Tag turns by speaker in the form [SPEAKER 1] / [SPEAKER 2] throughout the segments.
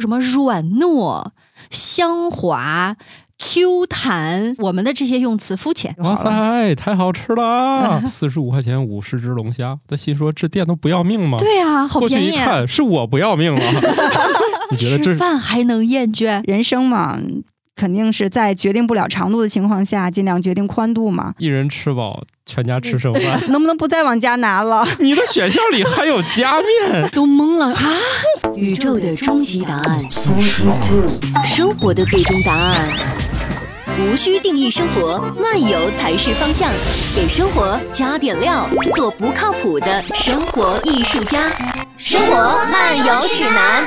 [SPEAKER 1] 什么软糯、香滑、Q 弹，我们的这些用词肤浅。
[SPEAKER 2] 哇塞，太好吃 了！啊四十五块钱五十只龙虾，他心说这店都不要命吗？
[SPEAKER 1] 对啊，好
[SPEAKER 2] 过去
[SPEAKER 1] 便
[SPEAKER 2] 一
[SPEAKER 1] 宜啊。
[SPEAKER 2] 看，是我不要 命了。你觉得这
[SPEAKER 1] 吃饭还能厌倦？
[SPEAKER 3] 人生嘛，肯定是在决定不了长度的情况下，尽量决定宽度嘛。
[SPEAKER 2] 一人吃饱，全家吃剩 饭？
[SPEAKER 3] 能不能不再往家拿了？
[SPEAKER 2] 你的选项里还有加面，
[SPEAKER 1] 都懵了啊！
[SPEAKER 4] 宇宙的终极答案，生活的最终答案。无需定义生活，漫游才是方向。给生活加点料，做不靠谱的生活艺术家。生活漫游指南。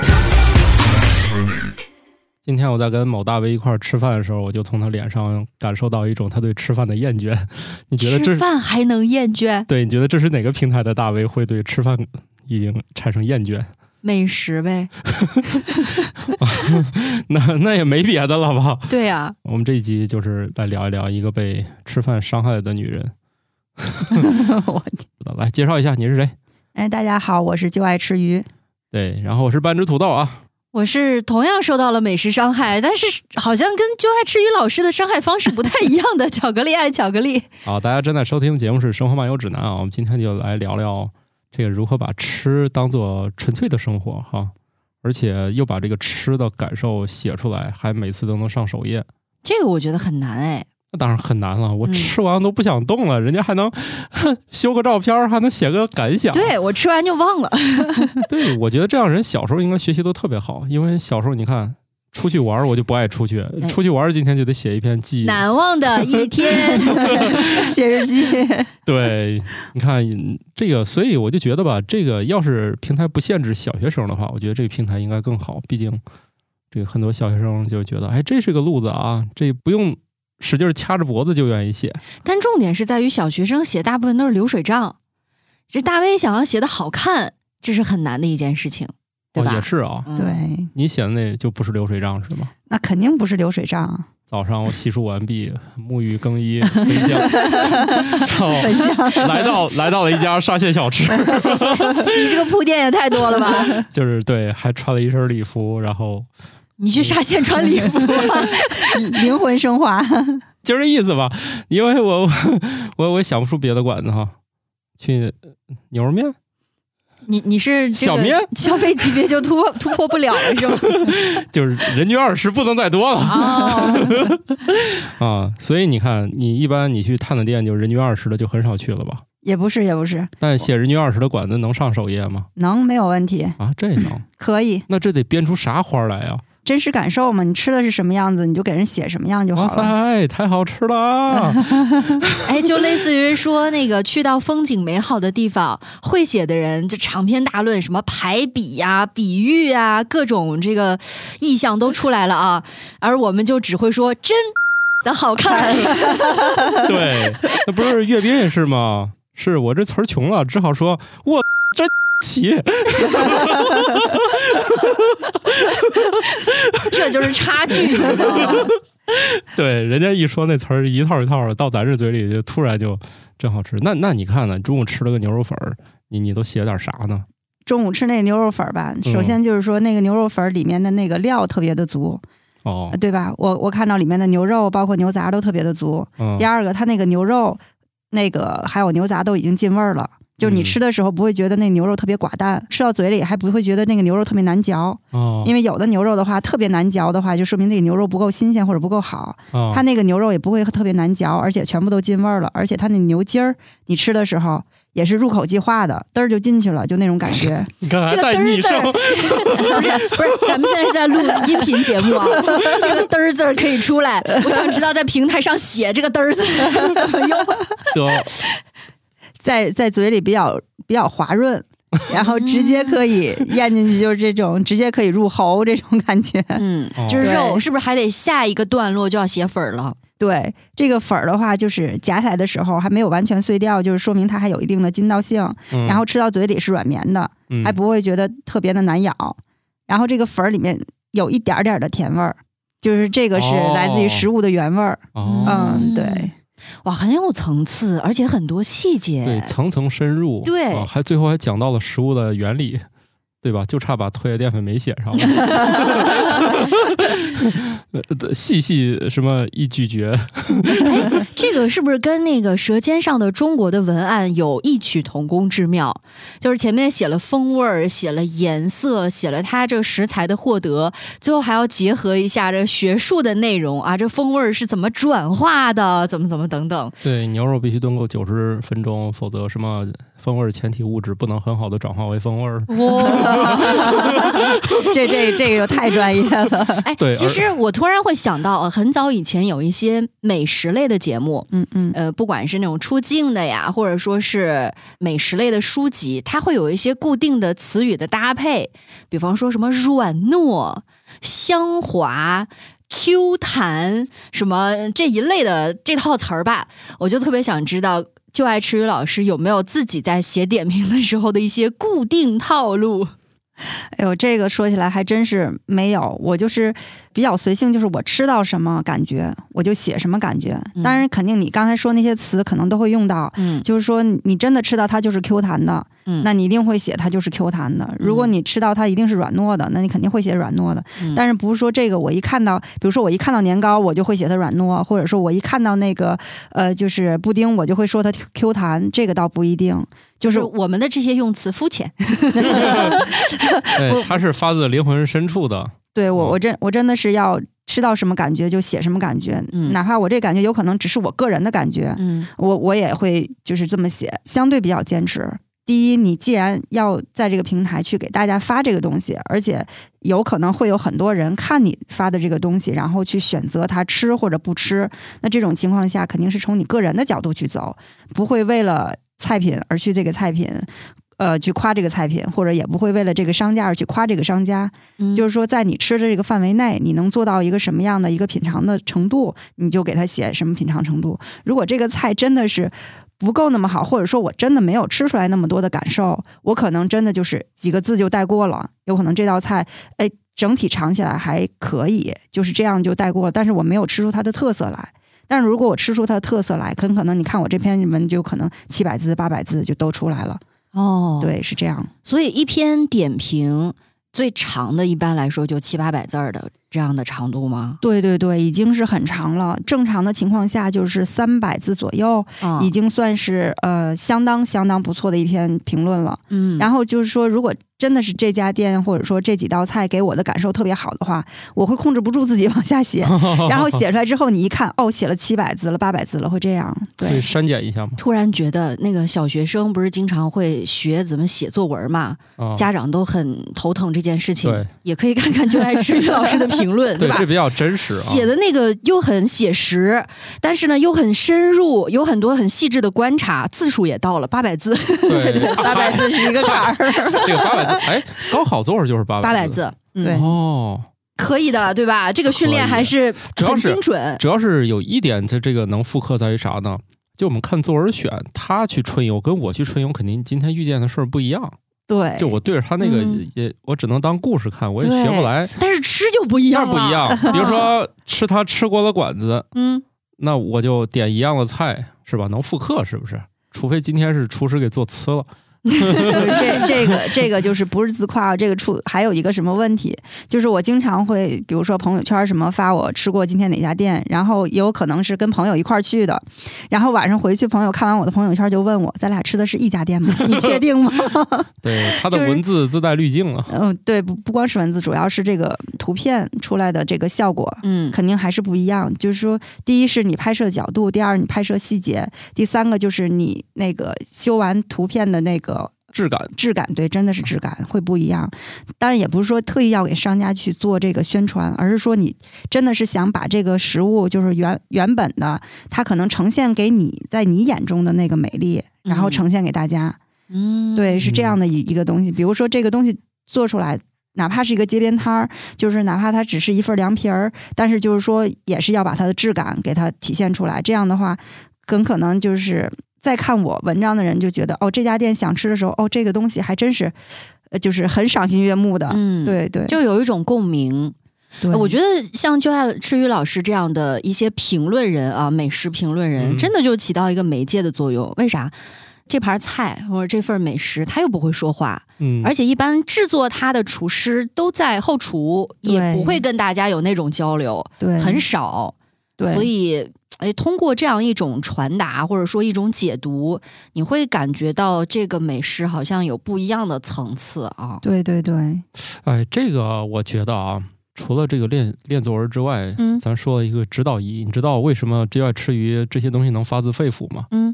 [SPEAKER 2] 今天我在跟某大为一块儿吃饭的时候，我就从他脸上感受到一种他对吃饭的厌倦。 你觉得这
[SPEAKER 1] 啊吃饭还能厌倦？
[SPEAKER 2] 对？你觉得这是哪个平台的大 V 会对吃饭已经产生厌倦？
[SPEAKER 1] 美食呗。
[SPEAKER 2] 那那也没别的了吧？
[SPEAKER 1] 对啊，
[SPEAKER 2] 我们这一集就是来聊一聊一个被吃饭伤害的女 人。
[SPEAKER 3] 我
[SPEAKER 2] 来介绍一下你是谁？
[SPEAKER 3] 哎，大家好，我是就爱吃鱼。
[SPEAKER 2] 对，然后我是半只土豆啊。
[SPEAKER 1] 我是同样受到了美食伤害，但是好像跟就爱吃鱼老师的伤害方式不太一样的 巧克力爱巧克力。
[SPEAKER 2] 好，大家正在收听的节目是《生活漫游指南》啊，我们今天就来聊聊这个如何把吃当做纯粹的生活哈，而且又把这个吃的感受写出来，还每次都能上首页。
[SPEAKER 1] 这个我觉得很难哎，
[SPEAKER 2] 那当然很难了，我
[SPEAKER 1] 嗯
[SPEAKER 2] 吃完都不想动了，人家还能 修个照片儿，还能写个感想。
[SPEAKER 1] 对我吃完就忘 了。
[SPEAKER 2] 对，我觉得这样人小时候应该学习都特别好，因为小时候你看出去玩儿我就不爱出去，出去玩儿今天就得写一篇记忆。
[SPEAKER 1] 哎难忘的一天，
[SPEAKER 3] 写 日记，
[SPEAKER 2] 对，你看嗯这个，所以我就觉得吧，这个要是平台不限制小学生的话，我觉得这个平台应该更好。毕竟，这个很多小学生就觉得，哎，这是个路子啊，这不用使劲儿掐着脖子就愿意写。
[SPEAKER 1] 但重点是在于小学生写大部分都是流水账，这大 V 想要写的好看，这是很难的一件事情，对
[SPEAKER 2] 哦，
[SPEAKER 1] 吧？
[SPEAKER 2] 也是啊，
[SPEAKER 1] 嗯，
[SPEAKER 3] 对，
[SPEAKER 2] 你写的那就不是流水账是吗？
[SPEAKER 3] 那肯定不是流水账，
[SPEAKER 2] 早上我洗漱完毕，沐浴更 衣，回乡，然后来到来到了一家沙县小吃，
[SPEAKER 1] 你这个铺垫也太多了吧？
[SPEAKER 2] 就是对，还穿了一身礼服，然后
[SPEAKER 1] 你去沙县穿礼 服，
[SPEAKER 3] 灵魂升华。
[SPEAKER 2] 就这意思吧，因为我 我我我想不出别的馆子哈，去牛肉面、
[SPEAKER 1] 你你是这
[SPEAKER 2] 小
[SPEAKER 1] 个
[SPEAKER 2] 面
[SPEAKER 1] 消费级别就突破突破不了了 是吗？
[SPEAKER 2] 就是人均二十，不能再多了
[SPEAKER 1] 哦，
[SPEAKER 2] 啊。所以你看，你一般你去探的店，就人均二十的就很少去了吧？
[SPEAKER 3] 也不是，也不是，
[SPEAKER 2] 但写人均二十的馆子能上首页吗？
[SPEAKER 3] 能没有问题，
[SPEAKER 2] 啊，这能？
[SPEAKER 3] 可以
[SPEAKER 2] 那这得编出啥花儿来啊？
[SPEAKER 3] 真实感受嘛？你吃的是什么样子，你就给人写什么样就好
[SPEAKER 2] 哇
[SPEAKER 3] 了。
[SPEAKER 2] 塞，太好吃了！啊
[SPEAKER 1] 哎，就类似于说那个去到风景美好的地方，会写的人就长篇大论，什么排比呀、比喻啊，各种这个意象都出来了啊，而我们就只会说真的好看，
[SPEAKER 2] 对，那不是阅兵也是吗？是我这词儿穷了，只好说我 真奇。
[SPEAKER 1] 这就是差距，你知道吗？
[SPEAKER 2] 对，人家一说那词儿一套一套的，到咱这嘴里就突然就真好吃。那那你看呢？中午吃了个牛肉粉儿，你你都写点啥呢？
[SPEAKER 3] 中午吃那牛肉粉儿吧，
[SPEAKER 2] 嗯
[SPEAKER 3] 首先就是说那个牛肉粉儿里面的那个料特别的足，
[SPEAKER 2] 哦，
[SPEAKER 3] 对吧？我我看到里面的牛肉包括牛杂都特别的足。
[SPEAKER 2] 嗯
[SPEAKER 3] 呃第，二个，它那个牛肉那个还有牛杂都已经进味儿了。就是你
[SPEAKER 2] 嗯
[SPEAKER 3] 吃的时候不会觉得那牛肉特别寡淡，吃到嘴里还不会觉得那个牛肉特别难嚼，
[SPEAKER 2] 哦，
[SPEAKER 3] 因
[SPEAKER 2] 为
[SPEAKER 3] 为有的牛肉的话特别难嚼的话，就说明这个牛肉不够新鲜或者不够好。它
[SPEAKER 2] 它
[SPEAKER 3] 那个牛肉也不会特别难嚼，而且全部都进味儿了，而且它那牛筋儿，你吃的时候也是入口即化的，嘚儿就进去了，就那种感 觉。
[SPEAKER 2] 你刚才
[SPEAKER 1] 这个
[SPEAKER 2] 带
[SPEAKER 1] 嘚儿
[SPEAKER 2] 逆
[SPEAKER 1] 字
[SPEAKER 2] 声
[SPEAKER 1] 儿， 不是不是，咱们现在是在录音频节目啊，这个嘚儿字儿可以出来。我想知道在平台上写这个嘚儿字怎么用。
[SPEAKER 2] 得
[SPEAKER 3] 在在嘴里比较比较滑润，然后直接可以咽进去，就是这种直接可以入喉这种感觉。
[SPEAKER 1] 嗯
[SPEAKER 2] 哦，
[SPEAKER 1] 就是肉
[SPEAKER 3] 对
[SPEAKER 1] 是不是还得下一个段落就要写粉儿了？
[SPEAKER 3] 对这个粉儿的话，就是夹起来的时候还没有完全碎掉，就是说明它还有一定的筋道性，
[SPEAKER 2] 嗯
[SPEAKER 3] 然后吃到嘴里是软绵的，
[SPEAKER 2] 嗯
[SPEAKER 3] 还不会觉得特别的难咬。然后这个粉儿里面有一点儿点儿的甜味儿，就是这个是来自于食物的原味儿。
[SPEAKER 2] 哦，
[SPEAKER 3] 嗯，对，
[SPEAKER 1] 哇，很有层次，而且很多细
[SPEAKER 2] 对，
[SPEAKER 1] 节。
[SPEAKER 2] 层层深入，
[SPEAKER 1] 对
[SPEAKER 2] 啊还最后还讲到了食物的原理，对吧？就差把唾液淀粉酶写上了，呃 细细什么一咀嚼，
[SPEAKER 1] 这个是不是跟那个《舌尖上的中国》的文案有异曲同工之妙？就是前面写了风味儿，写了颜色，写了它这食材的获得，最后还要结合一下这学术的内容啊，这风味儿是怎么转化的，怎么怎么等等。
[SPEAKER 2] 对，牛肉必须炖够九十分钟，否则什么风味儿前体物质不能很好的转化为风味儿。
[SPEAKER 1] 哇，
[SPEAKER 3] 这这这个就太专业了。
[SPEAKER 1] 哎
[SPEAKER 2] 对，
[SPEAKER 1] 其实我突然会想到，呃很早以前有一些美食类的节目，
[SPEAKER 3] 嗯嗯，
[SPEAKER 1] 呃，不管是那种出镜的呀，或者说是美食类的书籍，它会有一些固定的词语的搭配，比方说什么软糯、香滑。Q 弹什么这一类的这套词儿吧，我就特别想知道，就爱吃鱼老师有没有自己在写点评的时候的一些固定套路？
[SPEAKER 3] 哎呦，这个说起来还真是没有，我就是比较随性，就是我吃到什么感觉我就写什么感觉。
[SPEAKER 1] 嗯
[SPEAKER 3] 当然，肯定你刚才说那些词可能都会用到，
[SPEAKER 1] 嗯
[SPEAKER 3] 就是说你真的吃到它就是 Q 弹的，
[SPEAKER 1] 嗯
[SPEAKER 3] 那你一定会写它就是 Q 弹的。如果
[SPEAKER 1] 嗯
[SPEAKER 3] 你吃到它一定是软糯的，那你肯定会写软糯的。
[SPEAKER 1] 嗯
[SPEAKER 3] 但是不是说这个我一看到，比如说我一看到年糕，我就会写它软糯，或者说我一看到那个呃就是布丁，我就会说它 Q- Q 弹，这个倒不一定。
[SPEAKER 1] 就
[SPEAKER 3] 就
[SPEAKER 1] 是是我们的这些用词肤浅。
[SPEAKER 2] 对，哎它是发自灵魂深处的。
[SPEAKER 3] 对我，
[SPEAKER 2] 嗯
[SPEAKER 3] 我真我真的是要吃到什么感觉就写什么感觉，
[SPEAKER 1] 嗯
[SPEAKER 3] 哪怕我这感觉有可能只是我个人的感觉，
[SPEAKER 1] 嗯
[SPEAKER 3] 我我也会就是这么写，相对比较坚持。第一，你既然要在这个平台去给大家发这个东西，而且有可能会有很多人看你发的这个东西，然后去选择他吃或者不吃，那这种情况下肯定是从你个人的角度去走，不会为了菜品而去这个菜品，呃，去夸这个菜品，或者也不会为了这个商家而去夸这个商家。
[SPEAKER 1] 嗯
[SPEAKER 3] 就是说，在你吃的这个范围内，你能做到一个什么样的一个品尝的程度，你就给它写什么品尝程度。如果这个菜真的是不够那么好，或者说我真的没有吃出来那么多的感受，我可能真的就是几个字就带过了。有可能这道菜，哎，整体尝起来还可以，就是这样就带过了，但是我没有吃出它的特色来。但是如果我吃出它的特色来，很可能你看我这篇文就可能七百字、八百字就都出来了。
[SPEAKER 1] 哦，
[SPEAKER 3] 对，是这样。
[SPEAKER 1] 所以一篇点评最长的，一般来说就七八百字儿的这样的长度吗？
[SPEAKER 3] 对对对，已经是很长了。正常的情况下就是三百字左右，
[SPEAKER 1] 啊
[SPEAKER 3] 已经算是呃相当相当不错的一篇评论了。
[SPEAKER 1] 嗯，
[SPEAKER 3] 然
[SPEAKER 1] 后
[SPEAKER 3] 后就是说，如果真的是这家店或者说这几道菜给我的感受特别好的话，我会控制不住自己往下写，然后写出来之后，你一看，哦，写了七百字了，八百字了，会这样。
[SPEAKER 2] 对
[SPEAKER 3] 对，
[SPEAKER 2] 删减一下嘛。
[SPEAKER 1] 突然觉得那个小学生不是经常会学怎么写作文嘛，
[SPEAKER 2] 啊，
[SPEAKER 1] 家长都很头疼这件事情，
[SPEAKER 2] 对
[SPEAKER 1] 也可以看看就爱吃鱼老师的评论，
[SPEAKER 2] 对，
[SPEAKER 1] 吧
[SPEAKER 2] 这？比较真实啊。
[SPEAKER 1] 写的那个又很写实，但是呢又很深入，有很多很细致的观察，字数也到了八百字，
[SPEAKER 2] 对
[SPEAKER 3] 八百字是一个坎儿。
[SPEAKER 2] 这个八百字，哎，高考作文就是八
[SPEAKER 1] 八百
[SPEAKER 2] 字。
[SPEAKER 1] 字，嗯
[SPEAKER 3] 对
[SPEAKER 2] 哦，
[SPEAKER 1] 可以的，对吧？这个训练
[SPEAKER 2] 可以
[SPEAKER 1] 还是
[SPEAKER 2] 主要
[SPEAKER 1] 很
[SPEAKER 2] 是
[SPEAKER 1] 精准，
[SPEAKER 2] 主要是有一点，它这个能复刻在于啥呢？就我们看作文选，他去春游跟我去春游，肯定今天遇见的事儿不一样。
[SPEAKER 3] 对，
[SPEAKER 2] 就我对着他那个
[SPEAKER 1] 嗯
[SPEAKER 2] 也，我只能当故事看，我也学不来，
[SPEAKER 1] 但是吃就不一
[SPEAKER 2] 那
[SPEAKER 1] 样了，
[SPEAKER 2] 不一样。 比如说吃他吃过的馆子，
[SPEAKER 1] 嗯，
[SPEAKER 2] 那我就点一样的菜，是吧？能复刻是不是？除非今天是厨师给做呲了。
[SPEAKER 3] 就是这这个这个就是不是自夸啊，这个处还有一个什么问题，就是我经常会，比如说朋友圈什么发我吃过今天哪家店，然后也有可能是跟朋友一块儿去的，然后晚上回去朋友看完我的朋友圈就问我，咱俩吃的是一家店吗？ 你确定吗？
[SPEAKER 2] 对，他的
[SPEAKER 3] 就是
[SPEAKER 2] 文字自带滤镜啊。
[SPEAKER 3] 嗯，对，不不光是文字，主要是这个图片出来的这个效果，
[SPEAKER 1] 嗯，
[SPEAKER 3] 肯定还是不一样。就是说，第一是你拍摄角度，第二你拍摄细节，第三个就是你那个修完图片的那个
[SPEAKER 2] 质感，
[SPEAKER 3] 质感，对，真的是质感会不一样。当然也不是说特意要给商家去做这个宣传，而是说你真的是想把这个食物就是原原本的，它可能呈现给你在你眼中的那个美丽，然后
[SPEAKER 1] 嗯
[SPEAKER 3] 呈现给大家。
[SPEAKER 1] 嗯，
[SPEAKER 3] 对，是这样的一一个东西。比如说这个东西做出来。哪怕是一个街边摊儿，就是哪怕它只是一份凉皮儿，但是就是说也是要把它的质感给它体现出来。这样的话，很可能就是在看我文章的人就觉得，哦，这家店想吃的时候，哦，这个东西还真是，呃就是很赏心悦目的。
[SPEAKER 1] 嗯，
[SPEAKER 3] 对对，
[SPEAKER 1] 就有一种共鸣。
[SPEAKER 3] 对
[SPEAKER 1] 我觉得像就像赤羽老师这样的一些评论人啊，美食评论人，
[SPEAKER 2] 嗯
[SPEAKER 1] 真的就起到一个媒介的作用。为啥？这盘菜或者这份美食，他又不会说话，
[SPEAKER 2] 嗯，
[SPEAKER 1] 而且一般制作它的厨师都在后厨，
[SPEAKER 3] 对
[SPEAKER 1] 也不会跟大家有那种交流，
[SPEAKER 3] 对，
[SPEAKER 1] 很少。
[SPEAKER 3] 对，
[SPEAKER 1] 所以，哎，通过这样一种传达或者说一种解读，你会感觉到这个美食好像有不一样的层次啊。
[SPEAKER 3] 对对对，
[SPEAKER 2] 哎，这个我觉得啊，除了这个练练作文之外，
[SPEAKER 1] 嗯
[SPEAKER 2] 咱说一个指导仪，你知道为什么只要吃鱼这些东西能发自肺腑吗？
[SPEAKER 1] 嗯，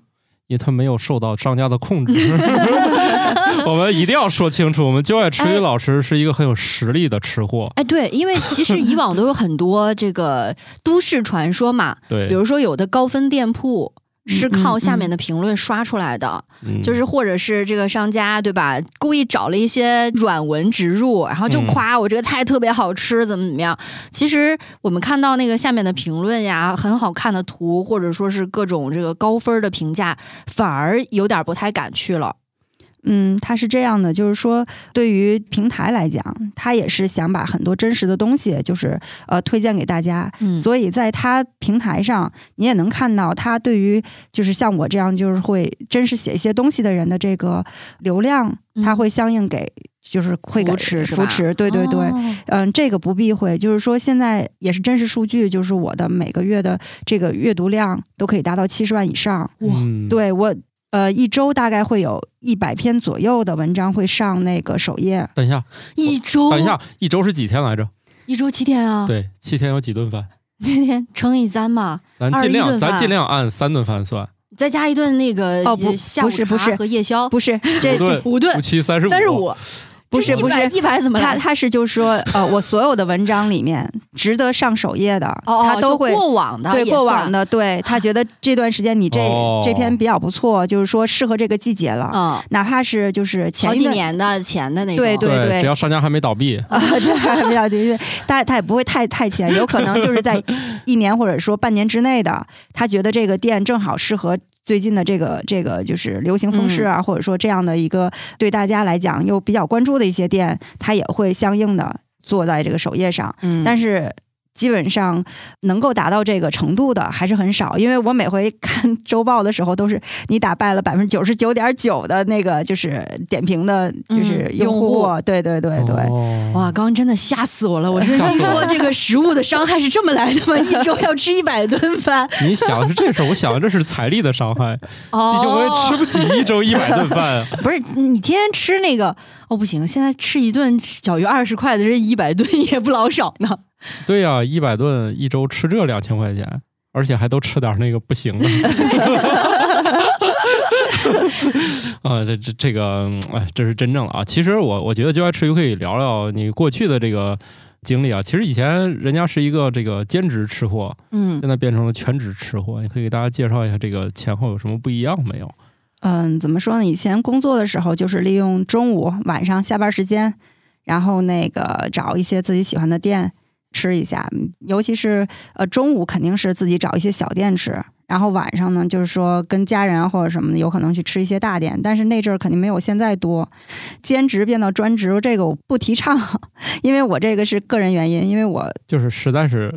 [SPEAKER 2] 因为它没有受到商家的 控制。我们一定要说清楚，我们就爱吃鱼
[SPEAKER 1] 哎
[SPEAKER 2] 老师是一个很有实力的吃货，
[SPEAKER 1] 哎，对，因为其实以往都有很多这个都市传说嘛，
[SPEAKER 2] 对，
[SPEAKER 1] 比如说有的高分店铺
[SPEAKER 3] 嗯
[SPEAKER 1] 是靠下面的评论刷出来的，
[SPEAKER 2] 嗯
[SPEAKER 1] 就是或者是这个商家对吧，故意找了一些软文植入，然后就
[SPEAKER 2] 嗯
[SPEAKER 1] 夸我这个菜特别好吃，怎么怎么样。其实我们看到那个下面的评论呀，很好看的图，或者说是各种这个高分的评价，反而有点不太敢去了。
[SPEAKER 3] 嗯，它是这样的，就是说，对于平台来讲，它也是想把很多真实的东西，就是呃推荐给大家。
[SPEAKER 1] 嗯
[SPEAKER 3] 所以在它平台上，你也能看到它对于就是像我这样就是会真实写一些东西的人的这个流量，它
[SPEAKER 1] 嗯
[SPEAKER 3] 会相应给就是会给
[SPEAKER 1] 扶持是吧
[SPEAKER 3] 扶持，对对对。
[SPEAKER 1] 哦
[SPEAKER 3] 嗯，这个不避讳，就是说现在也是真实数据，就是我的每个月的这个阅读量都可以达到七十万以上。
[SPEAKER 1] 哇
[SPEAKER 2] 嗯，
[SPEAKER 3] 对我，呃，一周大概会有一百篇左右的文章会上那个首页。
[SPEAKER 1] 哦
[SPEAKER 2] 等一下，
[SPEAKER 1] 一周，
[SPEAKER 2] 等一下，一周是几天来着？
[SPEAKER 1] 一周七天哦啊，
[SPEAKER 2] 对，七天有几顿饭？
[SPEAKER 1] 七天乘以三嘛，
[SPEAKER 2] 咱
[SPEAKER 1] 21
[SPEAKER 2] 尽量，
[SPEAKER 1] 顿饭
[SPEAKER 2] 咱尽量按三顿饭算，
[SPEAKER 1] 再加一顿那个
[SPEAKER 3] 哦不
[SPEAKER 1] 呃下午
[SPEAKER 3] 不是不
[SPEAKER 1] 茶
[SPEAKER 3] 是
[SPEAKER 1] 和夜宵，
[SPEAKER 3] 不是，这
[SPEAKER 2] 五
[SPEAKER 3] 这
[SPEAKER 2] 顿，
[SPEAKER 1] 五顿
[SPEAKER 2] 五七三十五，
[SPEAKER 1] 三十五，
[SPEAKER 3] 不是不是
[SPEAKER 1] 一百 怎么
[SPEAKER 3] 他
[SPEAKER 1] 来？
[SPEAKER 3] 他是就是说，呃，我所有的文章里面值得上首页的，
[SPEAKER 1] 哦，
[SPEAKER 3] 他
[SPEAKER 1] 哦
[SPEAKER 3] 都
[SPEAKER 1] 就
[SPEAKER 3] 会
[SPEAKER 1] 过往的
[SPEAKER 3] 对
[SPEAKER 1] 也
[SPEAKER 3] 过
[SPEAKER 1] 算
[SPEAKER 3] 往的，对 他觉得这段时间你这、
[SPEAKER 2] 哦
[SPEAKER 3] 这篇比较不错，就是说适合这个季节了，
[SPEAKER 1] 嗯。
[SPEAKER 3] 哪怕是就是
[SPEAKER 1] 好
[SPEAKER 3] 前一
[SPEAKER 1] 几
[SPEAKER 3] 段
[SPEAKER 1] 年的前的那种，
[SPEAKER 3] 对对
[SPEAKER 2] 对，只要商家还没倒闭，
[SPEAKER 3] 啊， 这还比较的确，他 他也不会太太前，有可能就是在一年或者说半年之内的，他觉得这个店正好适合最近的这个这个就是流行风势啊，
[SPEAKER 1] 嗯
[SPEAKER 3] 或者说这样的一个对大家来讲又比较关注的一些店，他也会相应的做在这个首页上，
[SPEAKER 1] 嗯
[SPEAKER 3] 但是。基本上能够达到这个程度的还是很少，因为我每回看周报的时候，都是你打败了百分之九十九点九的那个就是点评的，就是
[SPEAKER 1] 嗯
[SPEAKER 3] 用
[SPEAKER 1] 用
[SPEAKER 3] 户，
[SPEAKER 1] 户
[SPEAKER 3] 对对对对，
[SPEAKER 2] 哦
[SPEAKER 1] 哇，刚刚真的吓死我了！我真是说这个食物的伤害是这么来的 吗？一周要吃一百顿饭？
[SPEAKER 2] 你想的是这事儿，我想的这是财力的伤害，毕竟我也吃
[SPEAKER 1] 哦，
[SPEAKER 2] 不起一周一百顿饭。
[SPEAKER 1] 不是你天天吃那个哦，不行，现在吃一顿小于二十块的，这一百顿也不老少呢。
[SPEAKER 2] 对呀、一百顿一周吃这两千块钱，而且还都吃点那个不行的。 啊，这这这个，嗯哎，这是真正的啊！其实我我觉得就爱吃鱼可以聊聊你过去的这个经历啊。其实以前人家是一个这个兼职吃货，
[SPEAKER 1] 嗯
[SPEAKER 2] 现在变成了全职吃货。你可以给大家介绍一下这个前后有什么不一样没有？
[SPEAKER 3] 嗯，怎么说呢？以前工作的时候，就是利用中午、晚上下班时间，然后那个找一些自己喜欢的店吃一下，嗯尤其是呃中午肯定是自己找一些小店吃，然后晚上呢，就是说跟家人啊或者什么的，有可能去吃一些大店，但是那阵儿肯定没有现在多。兼职变到专职，这个我不提倡， 因为我这个是个人原因，因为我
[SPEAKER 2] 就是实在是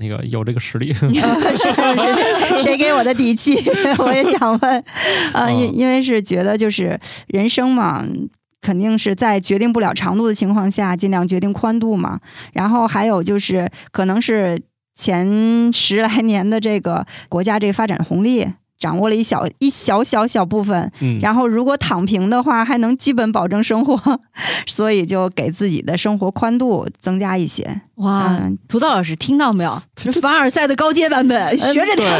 [SPEAKER 2] 那个有这个实力，
[SPEAKER 3] 谁给我的底气？我也想问，呃，
[SPEAKER 2] 嗯
[SPEAKER 3] 因因为是觉得就是人生嘛，肯定是在决定不了长度的情况下，尽量决定宽度嘛。然后还有就是，可能是前十来年的这个国家这个发展红利，掌握了一小一小小小部分，
[SPEAKER 2] 嗯，
[SPEAKER 3] 然后如果躺平的话，还能基本保证生活， 所以就给自己的生活宽度增加一些。
[SPEAKER 1] 哇，
[SPEAKER 3] 嗯，
[SPEAKER 1] 土豆老师听到没有？这是凡尔赛的高阶版
[SPEAKER 2] 哎
[SPEAKER 1] 本，学着点。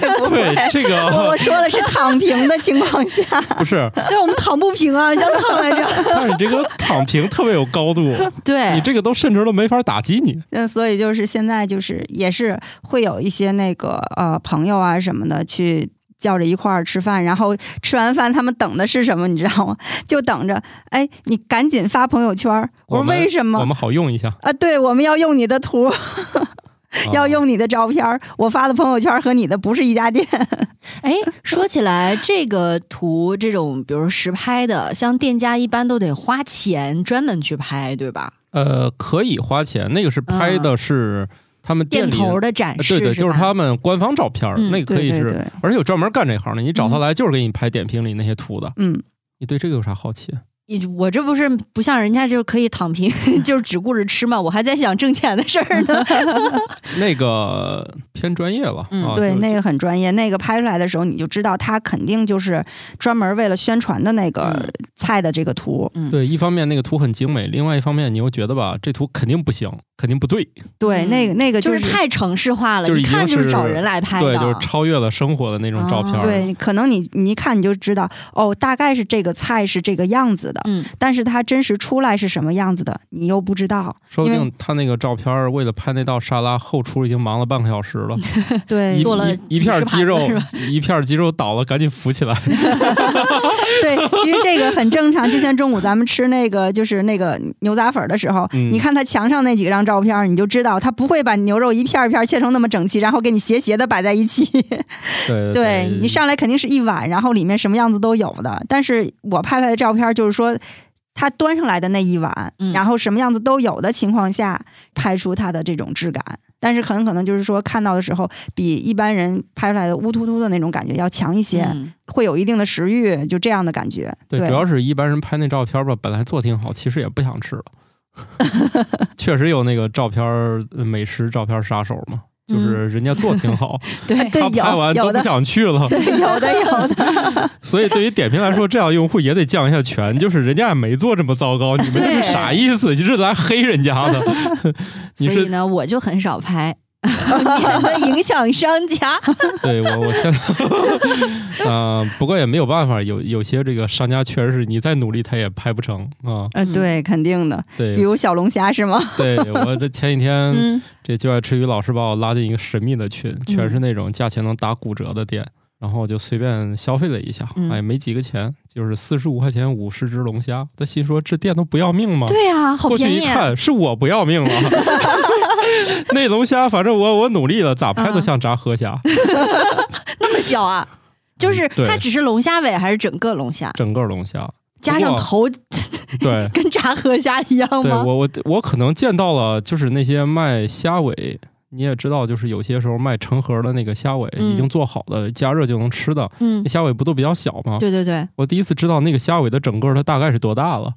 [SPEAKER 2] 对对，这
[SPEAKER 3] 我
[SPEAKER 2] 个
[SPEAKER 1] 哦
[SPEAKER 3] 我说的是躺平的情况下。
[SPEAKER 2] 不 是，
[SPEAKER 1] 对，我们躺不平啊，想躺来着。
[SPEAKER 2] 但是你这个躺平特别有高 度， 你
[SPEAKER 1] 对，
[SPEAKER 2] 这个都甚至都没法打击你。
[SPEAKER 3] 那所以就是现在就是也是会有一些那个呃朋友啊什么的去叫着一块儿吃饭，然后吃完饭他们等的是什么，你知道吗？就等着，哎，你赶紧发朋友圈儿。我
[SPEAKER 2] 我
[SPEAKER 3] 说
[SPEAKER 2] 们
[SPEAKER 3] 为什
[SPEAKER 2] 我
[SPEAKER 3] 么？
[SPEAKER 2] 们哦好用一下，
[SPEAKER 3] 啊，对，我们要用你的图， 要
[SPEAKER 2] 啊
[SPEAKER 3] 用你的照片儿。我发的朋友圈儿和你的不是一家店。
[SPEAKER 1] 哎，说起来，这个图这种，比如实拍的，像店家一般都得花钱专门去拍，对吧？
[SPEAKER 3] 嗯
[SPEAKER 2] 呃，可以花钱，那个是拍的是。他们店
[SPEAKER 1] 店
[SPEAKER 2] 里
[SPEAKER 1] 头的展
[SPEAKER 2] 呃
[SPEAKER 1] 示，
[SPEAKER 2] 对对，就是
[SPEAKER 1] 吧
[SPEAKER 2] 他们官方照片儿，
[SPEAKER 1] 嗯
[SPEAKER 2] 那个可以
[SPEAKER 3] 对对
[SPEAKER 2] 是，
[SPEAKER 3] 对
[SPEAKER 2] 而且有专门干这行的，你找他来就是给你拍点评里那些图的。
[SPEAKER 3] 嗯，
[SPEAKER 2] 你对这个有啥好奇？
[SPEAKER 1] 你我这不是不像人家就是可以躺平， 就是只顾着吃嘛，我还在想挣钱的事儿 呢。
[SPEAKER 2] 那个偏专业了
[SPEAKER 1] 嗯
[SPEAKER 2] 啊，
[SPEAKER 3] 对，
[SPEAKER 2] 就
[SPEAKER 3] 那个很专业。那个拍出来的时候，你就知道它肯定就是专门为了宣传的那个
[SPEAKER 1] 嗯
[SPEAKER 3] 菜的这个图。
[SPEAKER 2] 对，一方面那个图很精美，另外一方面你又觉得吧，这图肯定不行，肯定不对，
[SPEAKER 3] 对，
[SPEAKER 1] 嗯
[SPEAKER 3] 那个那个
[SPEAKER 1] 就是是太城市化了，
[SPEAKER 2] 就是
[SPEAKER 1] 一
[SPEAKER 2] 已经
[SPEAKER 1] 看就是
[SPEAKER 2] 是
[SPEAKER 1] 找人来拍的。
[SPEAKER 2] 对，就是超越了生活的那种照片儿。
[SPEAKER 1] 啊
[SPEAKER 3] 对，可能你你一看你就知道，哦，大概是这个菜是这个样子的，
[SPEAKER 1] 嗯，
[SPEAKER 3] 但是它真实出来是什么样子的，你又不知道。
[SPEAKER 2] 说不
[SPEAKER 3] 因为
[SPEAKER 2] 定他那个照片儿为了拍那道沙拉，后厨已经忙了半个小时了，
[SPEAKER 3] 对
[SPEAKER 2] 一
[SPEAKER 1] 嗯做了
[SPEAKER 2] 一一
[SPEAKER 1] 几
[SPEAKER 2] 片
[SPEAKER 1] 十
[SPEAKER 2] 儿
[SPEAKER 1] 盘
[SPEAKER 2] 鸡肉
[SPEAKER 1] 子是吧，
[SPEAKER 2] 一片儿鸡肉倒了，赶紧扶起 来。
[SPEAKER 3] 对，其实这个很正常。就像中午咱们吃那个就是那个牛杂粉儿的时候，
[SPEAKER 2] 嗯
[SPEAKER 3] 你看他墙上那几张照片儿，你就知道他不会把牛肉一片儿一片儿切成那么整齐，然后给你斜斜的摆在一起。
[SPEAKER 2] 对
[SPEAKER 3] 对你上来肯定是一碗，然后里面什么样子都有的。但是我拍出来的照片儿就是说，他端上来的那一碗，
[SPEAKER 1] 嗯
[SPEAKER 3] 然后什么样子都有的情况下，拍出它的这种质感。但是很可能就是说，看到的时候比一般人拍出来的乌突突的那种感觉要强一些，
[SPEAKER 1] 嗯
[SPEAKER 3] 会有一定的食欲，就这样的感觉。
[SPEAKER 2] 对，主要是一般人拍那照片儿吧，本来做挺好，其实也不想吃了。 确实有那个照片儿呃美食照片儿杀手嘛，就是人家做挺好，
[SPEAKER 1] 嗯 对
[SPEAKER 3] 对
[SPEAKER 2] 他拍
[SPEAKER 3] 有
[SPEAKER 2] 完
[SPEAKER 3] 有
[SPEAKER 2] 都不
[SPEAKER 3] 的
[SPEAKER 2] 想去 了。
[SPEAKER 3] 有的有的，
[SPEAKER 2] 所以对于点评来说，这样用户也得降一下权，就是人家也没做这么糟糕，你们这
[SPEAKER 1] 对
[SPEAKER 2] 是啥意思？你是来黑人家 的？你
[SPEAKER 1] 所以
[SPEAKER 2] 是
[SPEAKER 1] 呢，我就很少 拍，免得影响商家。
[SPEAKER 2] 对我，我现在啊、不过也没有办法，有有些这个商家确实是你再努力他也拍不成啊、
[SPEAKER 1] 嗯
[SPEAKER 3] 呃，对，肯定的。比
[SPEAKER 2] 对，
[SPEAKER 3] 如小龙虾是吗？
[SPEAKER 2] 对我这前几天、
[SPEAKER 1] 嗯，
[SPEAKER 2] 这就爱吃鱼老师把我拉进一个神秘的群，全是那种价钱能打骨折的店，然后我就随便消费了一下，
[SPEAKER 1] 嗯
[SPEAKER 2] 哎，没几个钱，就是四十五块钱五十只龙虾，他心说这店都不要命吗？
[SPEAKER 1] 对啊，好
[SPEAKER 2] 过去
[SPEAKER 1] 便
[SPEAKER 2] 一
[SPEAKER 1] 宜。
[SPEAKER 2] 看，是我不 要命了。 那龙虾，反正我我努力了，咋拍都像炸河虾，
[SPEAKER 1] 那么小啊？就是
[SPEAKER 2] 嗯对
[SPEAKER 1] 它只是龙虾尾还是整个龙虾，
[SPEAKER 2] 整个龙虾。
[SPEAKER 1] 加上头
[SPEAKER 2] 对
[SPEAKER 1] 跟炸河虾一样
[SPEAKER 2] 对，
[SPEAKER 1] 吗？
[SPEAKER 2] 我我我可能见到了，就是那些卖虾尾，你也知道，就是有些时候卖成盒的那个虾尾，
[SPEAKER 1] 嗯
[SPEAKER 2] 已经做好的，加热就能吃的，
[SPEAKER 1] 嗯
[SPEAKER 2] 那，虾尾不都比较小吗？
[SPEAKER 1] 对对对，
[SPEAKER 2] 我第一次知道那个虾尾的整个它大概是多大 了，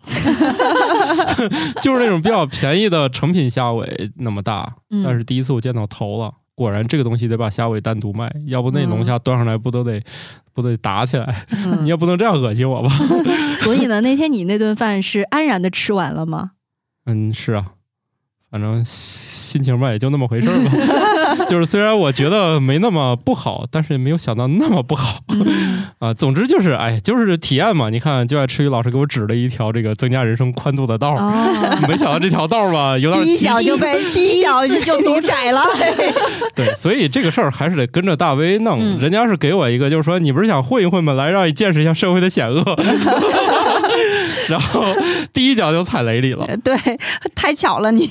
[SPEAKER 2] 就是那种比较便宜的成品虾尾那么大，
[SPEAKER 1] 嗯
[SPEAKER 2] 但是第一次我见到头了，果然这个东西得把虾尾单独卖，要不那
[SPEAKER 1] 嗯
[SPEAKER 2] 龙虾端上来不都得不得打起来？ 你
[SPEAKER 1] 嗯。
[SPEAKER 2] 也不能这样恶心我吧？
[SPEAKER 1] 所以呢，那天你那顿饭是安然的吃完了 吗？
[SPEAKER 2] 嗯，是啊，反正心情吧也就那么回事儿 吧。就是虽然我觉得没那么不好，但是也没有想到那么不好。
[SPEAKER 1] 嗯
[SPEAKER 2] 啊，总之就是，哎，就是体验嘛。你看，就爱吃鱼老师给我指了一条这个增加人生宽度的道儿，
[SPEAKER 1] 哦，
[SPEAKER 2] 没想到这条道儿吧，有点
[SPEAKER 3] 第一
[SPEAKER 2] 崎
[SPEAKER 3] 脚
[SPEAKER 2] 岖。
[SPEAKER 3] 就被第一脚
[SPEAKER 1] 一次就走
[SPEAKER 3] 窄了。
[SPEAKER 2] 对，所以这个事儿还是得跟着大 V 弄。
[SPEAKER 1] 嗯
[SPEAKER 2] 人家是给我一个，就是说你不是想混一混吗？来让你见识一下社会的险恶。 然后第一脚就踩雷里了。
[SPEAKER 3] 对，太巧了你。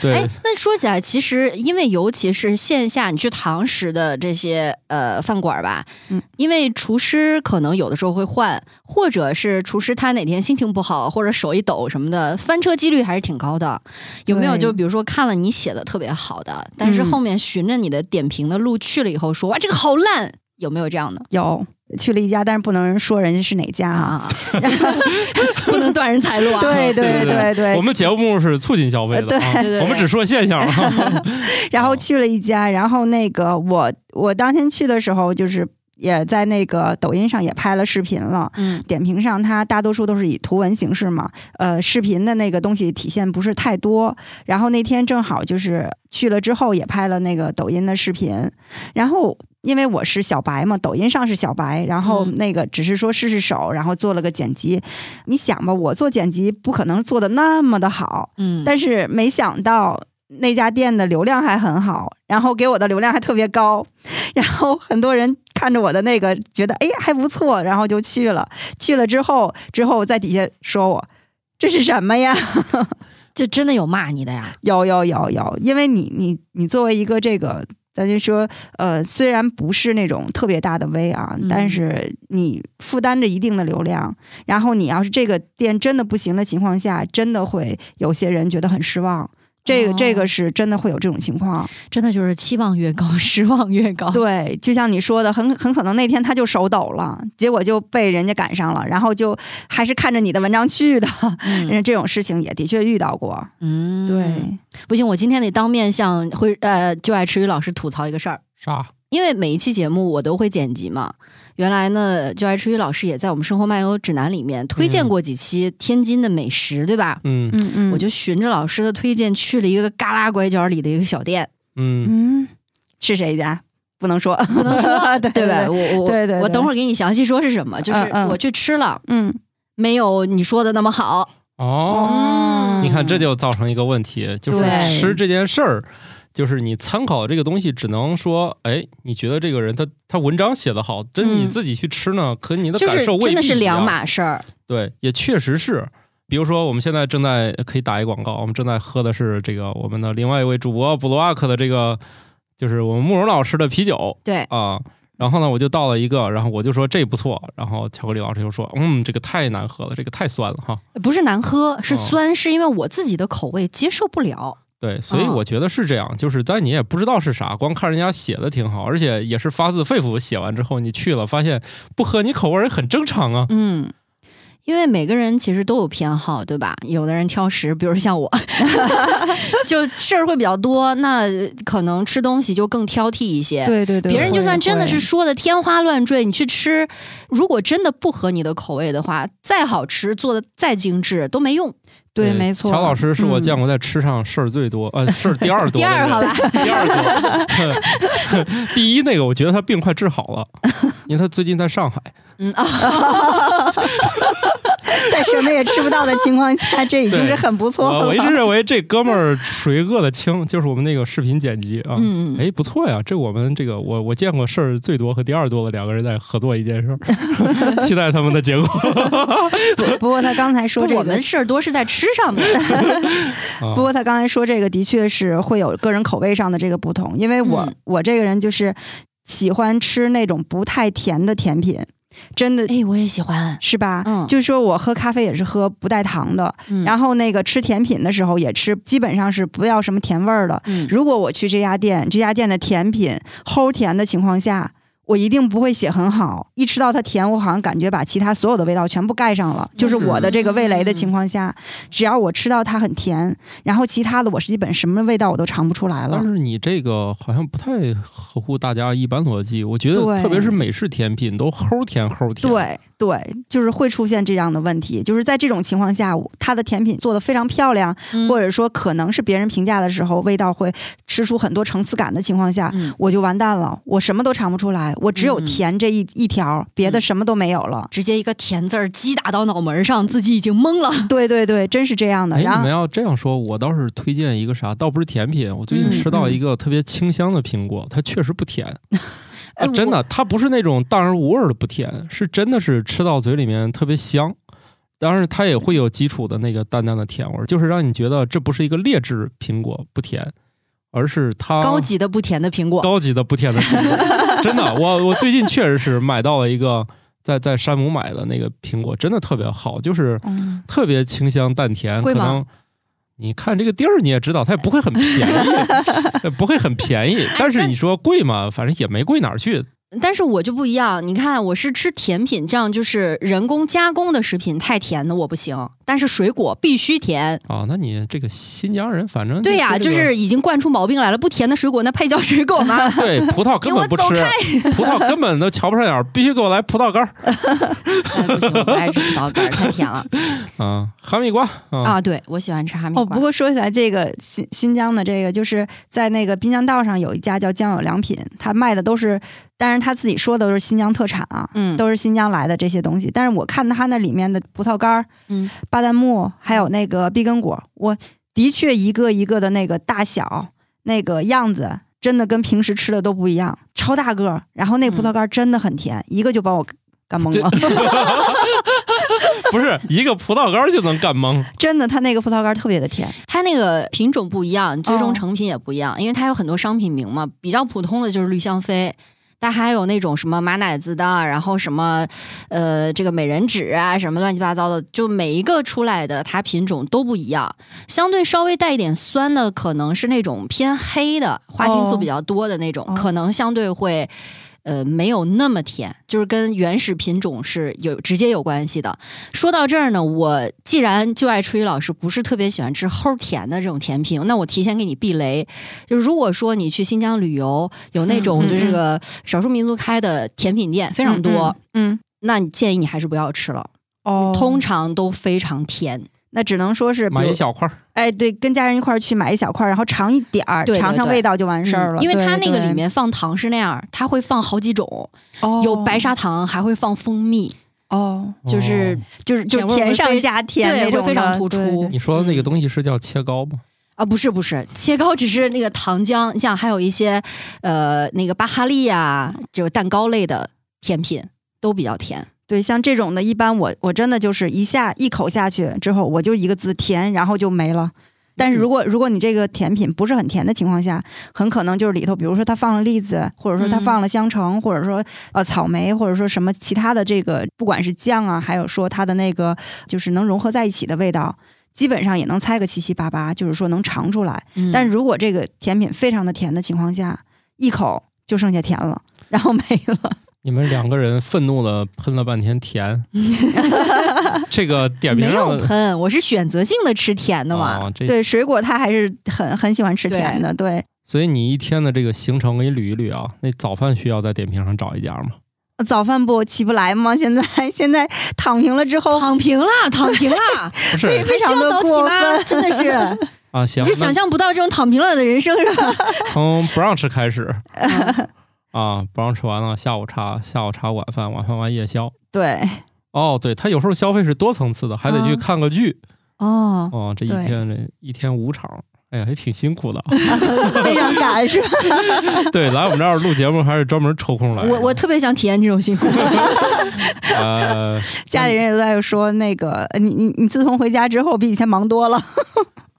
[SPEAKER 2] 对
[SPEAKER 1] 哎，，那说起来，其实因为尤其是线下，你去堂食的这些呃饭馆儿吧，
[SPEAKER 3] 嗯
[SPEAKER 1] 因为厨师可能有的时候会换，或者是厨师他哪天心情不好，或者手一抖什么的，翻车几率还是挺高的。有没有
[SPEAKER 3] 对
[SPEAKER 1] 就比如说看了你写的特别好的，但是
[SPEAKER 3] 嗯
[SPEAKER 1] 后面循着你的点评的路去了以后说，哇，这个好烂，有没有这样的
[SPEAKER 3] 有去了一家，但是不能说人家是哪家 啊。
[SPEAKER 1] 啊？ 不能断人财路啊！
[SPEAKER 3] 对
[SPEAKER 2] 对
[SPEAKER 3] 对
[SPEAKER 2] 我们节目是促进消费的，
[SPEAKER 3] 对
[SPEAKER 2] 啊
[SPEAKER 1] 呃对对对
[SPEAKER 2] 我们只说现象啊。
[SPEAKER 3] 然后去了一家，然后那个我我当天去的时候，就是也在那个抖音上也拍了视频了。
[SPEAKER 1] 嗯
[SPEAKER 3] 点评上，它大多数都是以图文形式嘛，呃，视频的那个东西体现不是太多。然后那天正好就是去了之后也拍了那个抖音的视频，然后因为我是小白嘛，抖音上是小白，然后
[SPEAKER 1] 嗯
[SPEAKER 3] 那个只是说试试手，然后做了个剪辑。你想吧，我做剪辑不可能做的那么的好，
[SPEAKER 1] 嗯，
[SPEAKER 3] 但是没想到那家店的流量还很好，然后给我的流量还特别高，然后很多人看着我的那个觉得哎还不错，然后就去了。去了之后，之后在底下说我。这是什么呀？
[SPEAKER 1] 这真的有骂你的呀？
[SPEAKER 3] 有有有有，因为你你你作为一个这个，咱就说，呃，虽然不是那种特别大的 V 啊，
[SPEAKER 1] 嗯
[SPEAKER 3] 但是你负担着一定的流量，然后你要是这个店真的不行的情况下，真的会有些人觉得很失望。这个
[SPEAKER 1] 哦
[SPEAKER 3] 这个是真的会有这种情况，
[SPEAKER 1] 真的就是期望越高，失望越高。
[SPEAKER 3] 对，就像你说的，很很可能那天他就手抖了，结果就被人家赶上了，然后就还是看着你的文章去的，
[SPEAKER 1] 嗯，
[SPEAKER 3] 这种事情也的确遇到过。
[SPEAKER 1] 嗯
[SPEAKER 3] 对，，
[SPEAKER 1] 不行，我今天得当面向会呃就爱吃鱼老师吐槽一个事儿。
[SPEAKER 2] 啥？
[SPEAKER 1] 因为每一期节目我都会剪辑嘛。原来呢，就爱吃鱼老师也在我们《生活漫游指南》里面推荐
[SPEAKER 2] 嗯
[SPEAKER 1] 过几期天津的美食，对吧？
[SPEAKER 2] 嗯
[SPEAKER 3] 嗯嗯
[SPEAKER 1] 我就循着老师的推荐去了一个旮旯拐角里的一个小店，
[SPEAKER 2] 嗯，
[SPEAKER 3] 嗯，是谁家？不能说，不
[SPEAKER 1] 能说
[SPEAKER 3] 对
[SPEAKER 1] 对吧？？我我
[SPEAKER 3] 对对
[SPEAKER 1] 我
[SPEAKER 3] 对
[SPEAKER 1] 等会儿给你详细说是什么，就是
[SPEAKER 3] 嗯嗯
[SPEAKER 1] 我去吃了，
[SPEAKER 3] 嗯，
[SPEAKER 1] 没有你说的那么好。
[SPEAKER 2] 哦，
[SPEAKER 1] 嗯
[SPEAKER 2] 你看这就造成一个问题，就是
[SPEAKER 1] 对
[SPEAKER 2] 吃这件事儿。就是你参考这个东西，只能说，哎，你觉得这个人他他文章写得好，真你
[SPEAKER 1] 嗯
[SPEAKER 2] 自己去吃呢，可你的
[SPEAKER 1] 就
[SPEAKER 2] 感
[SPEAKER 1] 是
[SPEAKER 2] 受未必
[SPEAKER 1] 真的是
[SPEAKER 2] 一
[SPEAKER 1] 两
[SPEAKER 2] 样
[SPEAKER 1] 码事儿，
[SPEAKER 2] 对，也确实是。比如说，我们现在正在可以打一广告，我们正在喝的是这个我们的另外一位主播布鲁瓦克的这个，就是我们慕容老师的啤酒
[SPEAKER 1] 对，
[SPEAKER 2] 啊。然后呢，我就倒了一个，然后我就说这不错，然后巧克力老师就说，嗯，这个太难喝了，这个太酸了哈。
[SPEAKER 1] 不是难喝，是
[SPEAKER 2] 哦
[SPEAKER 1] 酸，是因为我自己的口味接受不了。
[SPEAKER 2] 对，所以
[SPEAKER 1] 哦
[SPEAKER 2] 我觉得是这样，就是但你也不知道是啥，光看人家写的挺好，而且也是发自肺腑写完之后，你去了发现不合你口味儿也很正常啊。
[SPEAKER 1] 嗯，因为每个人其实都有偏好，对吧？有的人挑食，比如像我， 就事儿会比较多，那可能吃东西就更挑剔一些。
[SPEAKER 3] 对对对，
[SPEAKER 1] 别人就算真的是
[SPEAKER 3] 会
[SPEAKER 1] 说的天花乱坠，你去吃，如果真的不合你的口味的话，再好吃，做的再精致都没用。
[SPEAKER 3] 对，没错。
[SPEAKER 2] 乔老师是我见
[SPEAKER 3] 过，
[SPEAKER 2] 过在吃上事儿最多，呃，事儿第二
[SPEAKER 1] 第
[SPEAKER 2] 多的人。
[SPEAKER 1] 二， 好吧，
[SPEAKER 2] 第二个，第一那个，我觉得他病快治好了，因为他最近在上海。
[SPEAKER 1] 嗯啊，
[SPEAKER 3] 在什么也吃不到的情况 下，这已经是很不错
[SPEAKER 2] 我我
[SPEAKER 3] 了
[SPEAKER 2] 一。直认为这哥们儿属于饿得轻，就是我们那个视频剪辑啊。
[SPEAKER 1] 嗯嗯，
[SPEAKER 2] 哎，不错呀！这我们这个我我见过事儿最多和第二多的两个人在合作一件事儿，期待他们的结果。
[SPEAKER 3] 不不过他刚才说
[SPEAKER 1] 不是
[SPEAKER 3] 这个，
[SPEAKER 1] 我们事儿多是在吃上面。
[SPEAKER 2] 啊
[SPEAKER 3] 不过他刚才说这个的确是会有个人口味上的这个不同，因为我、
[SPEAKER 1] 嗯
[SPEAKER 3] 我这个人就是喜欢吃那种不太甜的甜品，真的
[SPEAKER 1] 哎，我也喜欢。
[SPEAKER 3] 是吧？
[SPEAKER 1] 嗯
[SPEAKER 3] 就说我喝咖啡也是喝不带糖的，
[SPEAKER 1] 嗯
[SPEAKER 3] 然后那个吃甜品的时候也吃，基本上是不要什么甜味儿的。
[SPEAKER 1] 嗯
[SPEAKER 3] 如果我去这家店，这家店的甜品齁甜的情况下，我一定不会写很好。一吃到它甜，我好像感觉把其他所有的味道全部盖上了，就是我的这个味蕾的情况下，只要我吃到它很甜，然后其他的我是基本什么味道我都尝不出来
[SPEAKER 2] 但
[SPEAKER 3] 了。
[SPEAKER 2] 是你这个好像不太合乎大家一般逻辑，我觉得
[SPEAKER 3] 对
[SPEAKER 2] 特别是美式甜品都齁甜齁甜。
[SPEAKER 3] 对对，就是会出现这样的问题，就是在这种情况下，我它的甜品做的非常漂亮，
[SPEAKER 1] 嗯
[SPEAKER 3] 或者说可能是别人评价的时候味道会吃出很多层次感的情况下，
[SPEAKER 1] 嗯
[SPEAKER 3] 我就完蛋了，我什么都尝不出来，我只有
[SPEAKER 1] 嗯
[SPEAKER 3] 甜这一、一条，别
[SPEAKER 1] 嗯
[SPEAKER 3] 的什么都没有了。
[SPEAKER 1] 直接一个甜字儿击打到脑门上，自己已经懵了。
[SPEAKER 3] 对对对，真是这样的。
[SPEAKER 2] 哎，
[SPEAKER 3] 然
[SPEAKER 2] 你们
[SPEAKER 3] 后
[SPEAKER 2] 要这样说，我倒是推荐一个啥，倒不是甜品。我最近
[SPEAKER 1] 嗯
[SPEAKER 2] 吃到
[SPEAKER 3] 嗯
[SPEAKER 2] 一个特别清香的苹果，它确实不甜，
[SPEAKER 1] 哎
[SPEAKER 2] 啊真的，它不是那种淡而无味儿的不甜，是真的是吃到嘴里面特别香。当然，它也会有基础的那个淡淡的甜味儿，就是让你觉得这不是一个劣质苹果不甜，而是它
[SPEAKER 1] 高级的不甜的苹果，
[SPEAKER 2] 高级的不甜的苹 果。真的，我我最近确实是买到了一个在在山姆买的那个苹果，真的特别好，就是
[SPEAKER 1] 哦
[SPEAKER 3] 嗯，
[SPEAKER 2] 特别清香淡甜，
[SPEAKER 1] 贵
[SPEAKER 2] 可
[SPEAKER 1] 吗
[SPEAKER 2] 能你看这个地儿你也 知道，它也不会很便宜，不会很便宜。
[SPEAKER 1] 哎
[SPEAKER 2] 但是你说贵嘛，反正也没贵哪儿去。
[SPEAKER 1] 但是我就不一样。你看，我是吃甜品，这样就是人工加工的食品太甜的我不行，但是水果必须甜。
[SPEAKER 2] 啊，那你这个新疆人，反正
[SPEAKER 1] 对呀、就
[SPEAKER 2] 这个？
[SPEAKER 1] 是已经惯出毛病来了。不甜的水果，那配叫水果吗
[SPEAKER 2] 对葡萄根 本不吃
[SPEAKER 1] 给我走，
[SPEAKER 2] 葡萄根本都瞧不上眼儿，必须给我来葡萄干儿
[SPEAKER 1] 哎，不行，我不爱吃葡萄干儿，太甜了
[SPEAKER 2] 啊，哈密瓜 啊，
[SPEAKER 1] 啊！对，我喜欢吃哈密瓜。
[SPEAKER 3] 哦，不过说起来，这个新新疆的这个，就是在那个滨江道上有一家叫酱友良品，他卖的都是，当然他自己说的都是新疆特产啊，
[SPEAKER 1] 嗯，
[SPEAKER 3] 都是新疆来的这些东西。但是我看他那里面的葡萄干儿、
[SPEAKER 1] 嗯
[SPEAKER 3] 巴旦木，还有那个碧根果，我的确一个一个的那个大小、那个样子，真的跟平时吃的都不一样，超大个儿。然后那葡萄干儿真的很甜，
[SPEAKER 1] 嗯
[SPEAKER 3] 一个就把我干懵了。
[SPEAKER 2] 不是一个葡萄干儿就能干懵。
[SPEAKER 3] 真的，它那个葡萄干儿特别的甜。嗯
[SPEAKER 1] 它那个品种不一样，最终
[SPEAKER 3] 哦
[SPEAKER 1] 成品也不一样，因为它有很多商品名嘛。比较普通的就是绿香妃，但还有那种什么马奶子的，然后什么呃这个美人指啊，什么乱七八糟的，就每一个出来的它品种都不一样。相对稍微带一点酸的，可能是那种偏黑的，花青素比较多的那种，
[SPEAKER 3] 哦哦
[SPEAKER 1] 可能相对会。呃，没有那么甜，就是跟原始品种是有直接有关系的。说到这儿呢，我既然就爱初一老师不是特别喜欢吃齁甜的这种甜品，那我提前给你避雷。就是如果说你去新疆旅游，有那种
[SPEAKER 3] 嗯嗯
[SPEAKER 1] 就是个少数民族开的甜品店非
[SPEAKER 3] 非
[SPEAKER 1] 常多，，
[SPEAKER 3] 嗯，嗯
[SPEAKER 1] 那你建议你还是不要吃了，
[SPEAKER 3] 哦，
[SPEAKER 1] 通常都非常甜。
[SPEAKER 3] 那只能说是比
[SPEAKER 2] 买一
[SPEAKER 3] 如，
[SPEAKER 2] 小块儿，
[SPEAKER 3] 哎，对，跟家人一块儿去买一小块儿，然后尝一点儿，
[SPEAKER 1] 对对
[SPEAKER 3] 尝尝
[SPEAKER 1] 对
[SPEAKER 3] 味道就完事儿了。
[SPEAKER 1] 嗯因为它那个
[SPEAKER 3] 对
[SPEAKER 1] 里面放糖是那样，它会放好几种，
[SPEAKER 3] 对哦
[SPEAKER 1] 有白砂糖，还会放蜂蜜，
[SPEAKER 3] 哦，
[SPEAKER 1] 就是
[SPEAKER 2] 哦
[SPEAKER 3] 就是就
[SPEAKER 1] 甜味儿
[SPEAKER 3] 甜
[SPEAKER 1] 会
[SPEAKER 3] 上
[SPEAKER 1] 非
[SPEAKER 3] 加甜
[SPEAKER 1] 对
[SPEAKER 3] 那
[SPEAKER 1] 会
[SPEAKER 3] 种的，
[SPEAKER 1] 非常突
[SPEAKER 3] 对
[SPEAKER 1] 出
[SPEAKER 2] 你说的那个
[SPEAKER 1] 嗯
[SPEAKER 2] 东西是叫切糕吗？
[SPEAKER 1] 啊，不是不是，切糕只是那个糖浆，你像还有一些呃那个巴哈利呀、就是蛋糕类的甜品都比较甜。
[SPEAKER 3] 对，像这种的，一般我我真的就是一下一口下去之后，我就一个字甜，然后就没了。但
[SPEAKER 1] 嗯
[SPEAKER 3] 是如果如果你这个甜品不是很甜的情况下，很可能就是里头，比如说它放了栗子，或者说它
[SPEAKER 1] 嗯
[SPEAKER 3] 放了香橙，或者说呃草莓，或者说什么其他的这个，不管是酱啊，还有说它的那个就是能融合在一起的味道，基本上也能猜个七七八八，就是说能尝出来。
[SPEAKER 1] 嗯
[SPEAKER 3] 但如果这个甜品非常的甜的情况下，一口就剩下甜了， 然后没了。
[SPEAKER 2] 你们两个人愤怒的喷了半 天甜，这个点名
[SPEAKER 1] 没有
[SPEAKER 2] 上的
[SPEAKER 1] 喷，我是选择性的吃甜的嘛。
[SPEAKER 2] 哦，这
[SPEAKER 3] 对水果，它还是很很喜欢吃甜的。对，
[SPEAKER 2] 所以你一天的这个行程给你捋一捋啊。那早饭需要在点评上找一家吗？
[SPEAKER 3] 早饭不起不来吗？现在 现在躺平了之后，
[SPEAKER 1] 躺平啦，躺平啦，
[SPEAKER 2] 不是
[SPEAKER 3] 非常
[SPEAKER 1] 需要
[SPEAKER 3] 的
[SPEAKER 1] 早起
[SPEAKER 3] 过
[SPEAKER 1] 吗？
[SPEAKER 3] 分。
[SPEAKER 1] 真的 是，
[SPEAKER 2] 啊，行
[SPEAKER 1] 你，是想
[SPEAKER 2] 那
[SPEAKER 1] 象不到这种躺平了的人生是吧？
[SPEAKER 2] 从不让吃 开始
[SPEAKER 1] 嗯
[SPEAKER 2] 啊，不让吃完了，下午茶，下午茶晚饭，晚饭完夜宵。
[SPEAKER 3] 对，
[SPEAKER 2] 哦，对，他有时候消费是多层次的，还得去
[SPEAKER 3] 嗯
[SPEAKER 2] 看个剧。
[SPEAKER 1] 啊哦，
[SPEAKER 2] 哦，这一
[SPEAKER 3] 对
[SPEAKER 2] 天这一天五场，哎呀，也挺辛苦的啊。
[SPEAKER 3] 非常赶是吧？
[SPEAKER 2] 对，来我们这儿录节目还是专门抽空来的。
[SPEAKER 1] 我我特别想体验这种 辛苦。
[SPEAKER 2] 呃，
[SPEAKER 3] 家里人也都在说那个，呃你你你自从回家之后，比以前忙多了。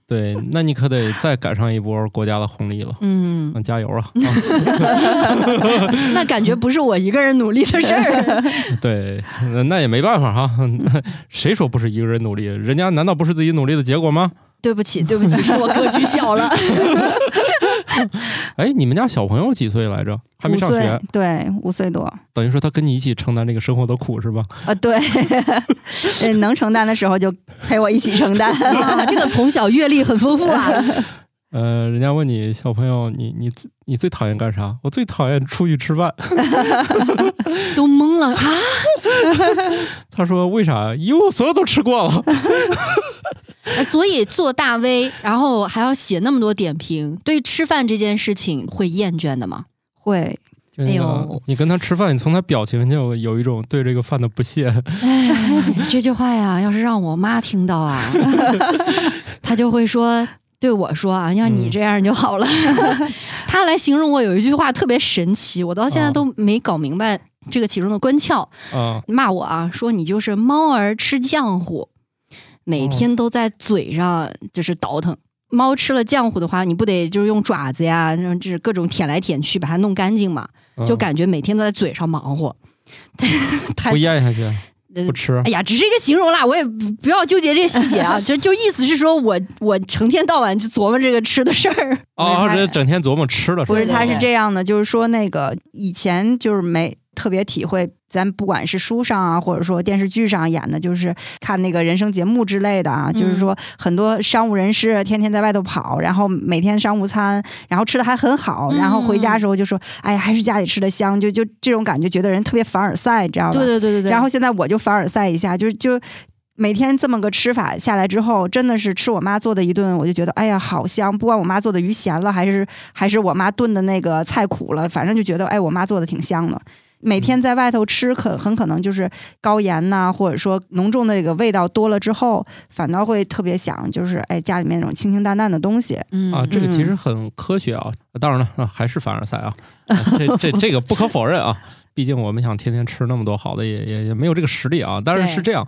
[SPEAKER 2] 对，那你可得再赶上一波国家的红利了。
[SPEAKER 1] 嗯，
[SPEAKER 2] 嗯，加油啊！啊哎
[SPEAKER 1] 那感觉不是我一个人努力的事 儿。
[SPEAKER 2] 对，那那也没办法哈、谁说不是一个人努力？人家难道不是自己努力的结果吗？
[SPEAKER 1] 对不起，对不起，是我格局小 了。
[SPEAKER 2] 哎，你们家小朋友几岁来着？还没上
[SPEAKER 3] 五
[SPEAKER 2] 学
[SPEAKER 3] 岁，，对，五岁多。
[SPEAKER 2] 等于说他跟你一起承担这个生活的苦是吧？
[SPEAKER 3] 呃， 对， 呃能承担的时候就陪我一起承 担。
[SPEAKER 1] 哇，啊这个从小阅历很丰富啊。
[SPEAKER 2] 呃，人家问你小朋友，你你最你最讨厌干啥？我最讨厌出去吃饭。
[SPEAKER 1] 都懵了啊！
[SPEAKER 2] 他说为啥？因为我所有都吃过了。
[SPEAKER 1] 哎呃所以做大 V，然后还要写那么多点评，对吃饭这件事情会厌倦的吗？
[SPEAKER 3] 会，
[SPEAKER 2] 就那个
[SPEAKER 1] 哎呦
[SPEAKER 2] 你跟他吃饭，你从他表情就有一种对这个饭的不屑。
[SPEAKER 1] 哎，这句话呀，要是让我妈听到啊， 她就会说。对我说啊，像你这样就好了。 她来形容我有一句话特别神奇，我到现在都没搞明白这个其中的关窍。
[SPEAKER 2] 啊、
[SPEAKER 1] 骂我啊，说你就是猫儿吃浆糊，每
[SPEAKER 2] 哦
[SPEAKER 1] 天都在嘴上就是倒腾。猫吃了浆糊的话，你不得就是用爪子呀，然后就是各种舔来舔去把它弄干净嘛？
[SPEAKER 2] 嗯
[SPEAKER 1] 就感觉每天都在嘴上忙活。 他
[SPEAKER 2] 不咽下去，不吃。
[SPEAKER 1] 哎呀，只是一个形容啦，我也不不要纠结这些细节 啊，就就意思是说我我成天到晚就琢磨这个吃的事 儿。
[SPEAKER 2] 哦，人
[SPEAKER 3] 没法
[SPEAKER 2] 家整天琢磨吃了
[SPEAKER 3] 不
[SPEAKER 2] 吧
[SPEAKER 3] 是，他
[SPEAKER 1] 对
[SPEAKER 3] 是这样的，就是说那个以前就是没特别体会，咱不管是书上啊，或者说电视剧上演的，就是看那个人生节目之类的
[SPEAKER 1] 嗯
[SPEAKER 3] 啊，就是说很多商务人士天天在外头跑，然后每天商务餐，然后吃的还很好，然后回
[SPEAKER 1] 嗯
[SPEAKER 3] 家的时候就说，哎呀，还是家里吃的香，就就这种感觉，觉得人特别凡尔赛，知道吧？
[SPEAKER 1] 对对对对对。
[SPEAKER 3] 然后现在我就凡尔赛一下，就就每天这么个吃法下来之后，真的是吃我妈做的一顿，我就觉得哎呀好香，不管我妈做的鱼咸了，还是还是我妈炖的那个菜苦了，反正就觉得哎我妈做的挺香的。每天在外头吃可很可能就是高盐呐、或者说浓重的那个味道多了之后，反倒会特别想就是哎家里面那种清清淡淡的东西。
[SPEAKER 1] 嗯
[SPEAKER 2] 啊，这个其
[SPEAKER 3] 嗯
[SPEAKER 2] 实很科学啊。当然了，啊还是凡尔赛啊，啊这这这个不可否认啊。毕竟我们想天天吃那么多好的，也也也没有这个实力啊。但是
[SPEAKER 1] 对
[SPEAKER 2] 是这样，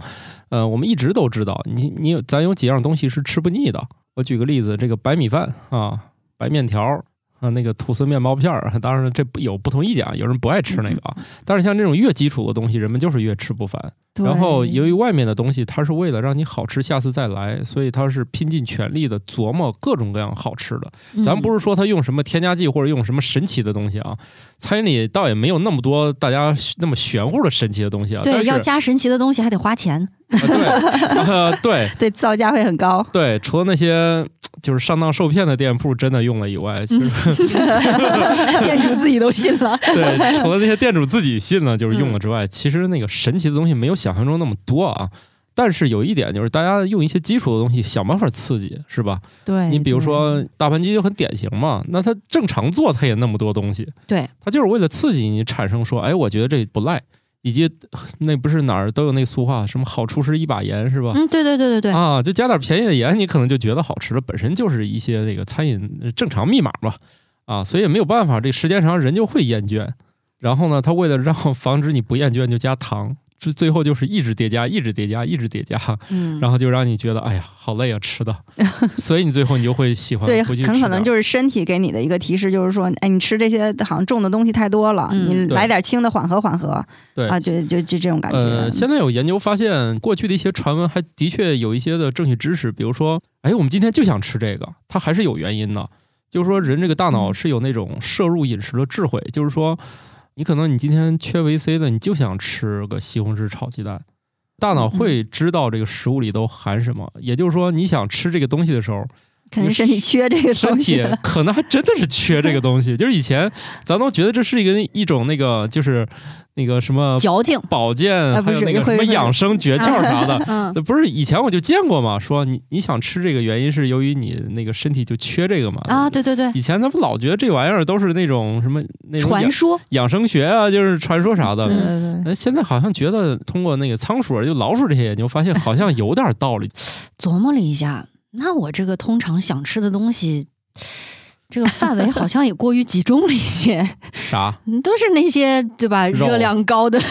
[SPEAKER 2] 呃，我们一直都知道，你你有咱有几样东西是吃不腻的。我举个例子，这个白米饭啊，白面条啊，啊，那个吐司面包片儿，当然了这不有不同意见啊，有人不爱吃那个啊。但是像这种越基础的东西，人们就是越吃不烦。
[SPEAKER 3] 对
[SPEAKER 2] 然后由于外面的东西，它是为了让你好吃，下次再来，所以它是拼尽全力的琢磨各种各样好吃的。
[SPEAKER 3] 嗯
[SPEAKER 2] 咱不
[SPEAKER 1] 是
[SPEAKER 2] 是说它用什么添加剂或者用什么神奇的东西啊，餐饮里倒也没有那么多大家那么玄乎的神奇的东西啊。但
[SPEAKER 1] 对
[SPEAKER 2] 是
[SPEAKER 1] 要加神奇的东西还得花 钱，
[SPEAKER 2] 啊对、 啊对
[SPEAKER 3] 对造价会很高。
[SPEAKER 2] 对，除了那些就是上当受骗的店铺真的用了以外，
[SPEAKER 1] 嗯
[SPEAKER 2] 其实、
[SPEAKER 1] 店主自己都信了。
[SPEAKER 2] 对，除了那些店主自己信了就是用了之
[SPEAKER 1] 嗯
[SPEAKER 2] 外，其实那个神奇的东西没有想象中那么多啊。但是有一点就是，大家用一些基础的东西想办法刺激，是吧？
[SPEAKER 1] 哎
[SPEAKER 3] 对
[SPEAKER 2] 你比如说大盘鸡就很典型嘛，那它正常做它也那么多东西，
[SPEAKER 3] 对，
[SPEAKER 2] 它就是为了刺激你产生说，哎，我觉得这不赖，以及那不是哪儿都有那俗话，什么好厨师一把盐是吧？
[SPEAKER 1] 嗯，对对对对对，
[SPEAKER 2] 啊，就加点便宜的盐，你可能就觉得好吃了，本身就是一些那个餐饮呃正常密码嘛，啊，所以也没有办法，这时间长人就会厌倦。然后呢，他为了让防止你不厌倦，就加糖，最最后就是一直叠加，一直叠加，一直叠加，
[SPEAKER 1] 嗯，
[SPEAKER 2] 然后就让你觉得哎呀好累啊，吃 的，所以你最后你就会喜欢
[SPEAKER 3] 对，
[SPEAKER 2] 回去
[SPEAKER 3] 很
[SPEAKER 2] 吃
[SPEAKER 3] 可能
[SPEAKER 2] 点
[SPEAKER 3] 就是身体给你的一个提示，就是说，哎，你吃这些好像重的东西太多了，
[SPEAKER 1] 嗯
[SPEAKER 3] 你
[SPEAKER 2] 对
[SPEAKER 3] 来点轻的，缓和缓和。
[SPEAKER 2] 对
[SPEAKER 3] 啊，就就就这种感觉。啊嗯
[SPEAKER 2] 呃，现在有研究发现，过去的一些传闻还的确有一些的证据支持，比如说，哎，我们今天就想吃这个，它还是有原因的。就是说，人这个大
[SPEAKER 3] 嗯
[SPEAKER 2] 脑是有那种摄入饮食的智慧，就是说，你可能你今天缺维 C 的，你就想吃个西红柿炒鸡蛋，大
[SPEAKER 3] 嗯
[SPEAKER 2] 脑会知道这个食物里都含什么。也就是说，你想吃这个东西的时候，
[SPEAKER 3] 肯定身体缺这个
[SPEAKER 2] 身
[SPEAKER 3] 东西
[SPEAKER 2] 体
[SPEAKER 3] 了，
[SPEAKER 2] 可能还真的是缺这个东西。就是以前咱都觉得这是一个一种那个就是那个什么
[SPEAKER 1] 矫情，
[SPEAKER 2] 保
[SPEAKER 3] 啊
[SPEAKER 2] 健，还
[SPEAKER 3] 不
[SPEAKER 2] 有
[SPEAKER 3] 是
[SPEAKER 2] 那个
[SPEAKER 3] 会啊
[SPEAKER 2] 什么
[SPEAKER 3] 会
[SPEAKER 2] 养生诀窍啥 的。
[SPEAKER 1] 嗯，
[SPEAKER 2] 那不是以前我就见过嘛，说你你想吃这个原因是由于你那个身体就缺这个嘛
[SPEAKER 1] 啊，。对对对，
[SPEAKER 2] 以前他们老觉得这玩意儿都是那种什么那种
[SPEAKER 1] 传
[SPEAKER 2] 养
[SPEAKER 1] 说，
[SPEAKER 2] 养生学啊，就是传说啥
[SPEAKER 3] 对
[SPEAKER 2] 的。
[SPEAKER 3] 对对，
[SPEAKER 2] 那现在好像觉得通过那个仓鼠就老鼠这些研究，发现好像有点道理。
[SPEAKER 1] 琢磨了一下，那我这个通常想吃的东西。这个范围好像也过于集中了一些，
[SPEAKER 2] 啥
[SPEAKER 1] 嗯都是那些对吧？
[SPEAKER 2] 肉
[SPEAKER 1] 热量高的东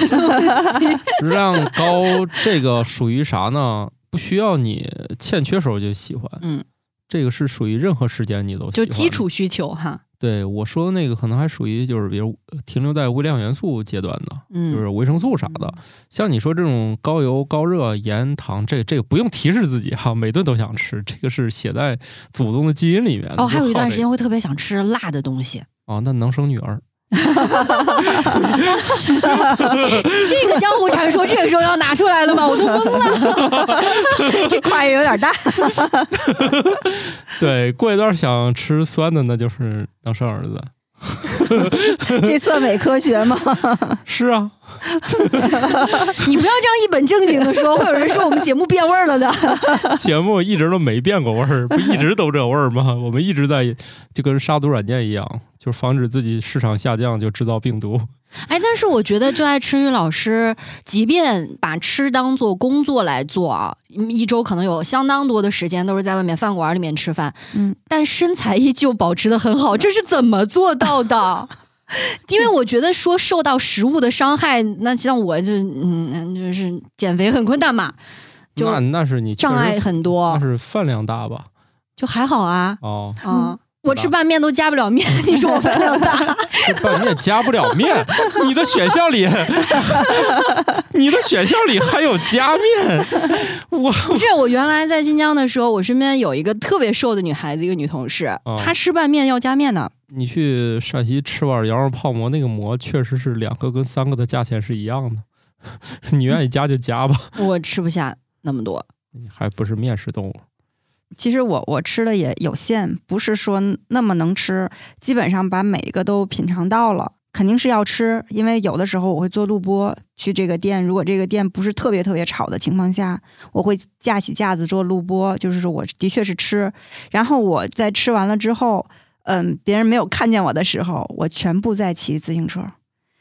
[SPEAKER 1] 西。
[SPEAKER 2] 让高这个属于啥呢？不需要你欠缺时候就喜欢，
[SPEAKER 1] 嗯，
[SPEAKER 2] 这个是属于任何时间你都喜
[SPEAKER 1] 就
[SPEAKER 2] 欢的。
[SPEAKER 1] 基础需求哈，
[SPEAKER 2] 对我说的那个，可能还属于就是比如呃停留在微量元素阶段的，就
[SPEAKER 1] 嗯，
[SPEAKER 2] 是维生素啥的。像你说这种高油、高热、盐、糖，这这个不用提示自己哈、 每顿都想吃，这个是写在祖宗的基因里面的。
[SPEAKER 1] 哦，还有一段时
[SPEAKER 2] 就
[SPEAKER 1] 间
[SPEAKER 2] 好
[SPEAKER 1] 会特别想吃辣的东西，
[SPEAKER 2] 这个啊，那能生女儿，
[SPEAKER 1] 这个江湖传说这个时候要拿出来了吗？我都懵了。
[SPEAKER 3] 这跨越有点大。
[SPEAKER 2] 对，过一段想吃酸的，那就是能生儿子。
[SPEAKER 3] 这算伪科学吗？
[SPEAKER 2] 是啊，
[SPEAKER 1] 你不要这样一本正经的说，会有人说我们节目变味儿了的。
[SPEAKER 2] 节目一直都没变过味儿，不一直都这味儿吗？ 我们一直在就跟杀毒软件一样，就是防止自己市场下降，就制造病毒。
[SPEAKER 1] 哎，但是我觉得就爱吃鱼老师，即便把吃当做工作来做啊，一周可能有相当多的时间都是在外面饭馆里面吃饭，
[SPEAKER 3] 嗯，
[SPEAKER 1] 但身材依旧保持的很好，这是怎么做到的？ 因为我觉得说受到食物的伤害，那像我就嗯，就是减肥很困难嘛，就
[SPEAKER 2] 那那是你确实
[SPEAKER 1] 障碍很多
[SPEAKER 2] 那，是饭量大吧？
[SPEAKER 1] 就还好啊，
[SPEAKER 2] 哦，
[SPEAKER 1] 啊，我
[SPEAKER 2] 对吧
[SPEAKER 1] 吃拌面都加不了面， 你说我饭量大？
[SPEAKER 2] 这拌面加不了面， 你的选项里， 你的选项里还有加面， 我
[SPEAKER 1] 不是，我原来在新疆的时候，我身边有一个特别瘦的女孩子，一个女同事，
[SPEAKER 2] 哦
[SPEAKER 1] 她吃拌面要加面呢。
[SPEAKER 2] 你去陕西吃碗羊肉泡馍，那个馍确实是两个跟三个的价钱是一样的， 你愿意加就加吧，
[SPEAKER 1] 我吃不下那么多。
[SPEAKER 2] 你还不是面食动物。
[SPEAKER 3] 其实我我吃的也有限，不是说那么能吃，基本上把每一个都品尝到了。肯定是要吃，因为有的时候我会做录播，去这个店，如果这个店不是特别特别吵的情况下，我会架起架子做录播，就是说我的确是吃。然后我在吃完了之后，嗯，别人没有看见我的时候，我全部在骑自行车，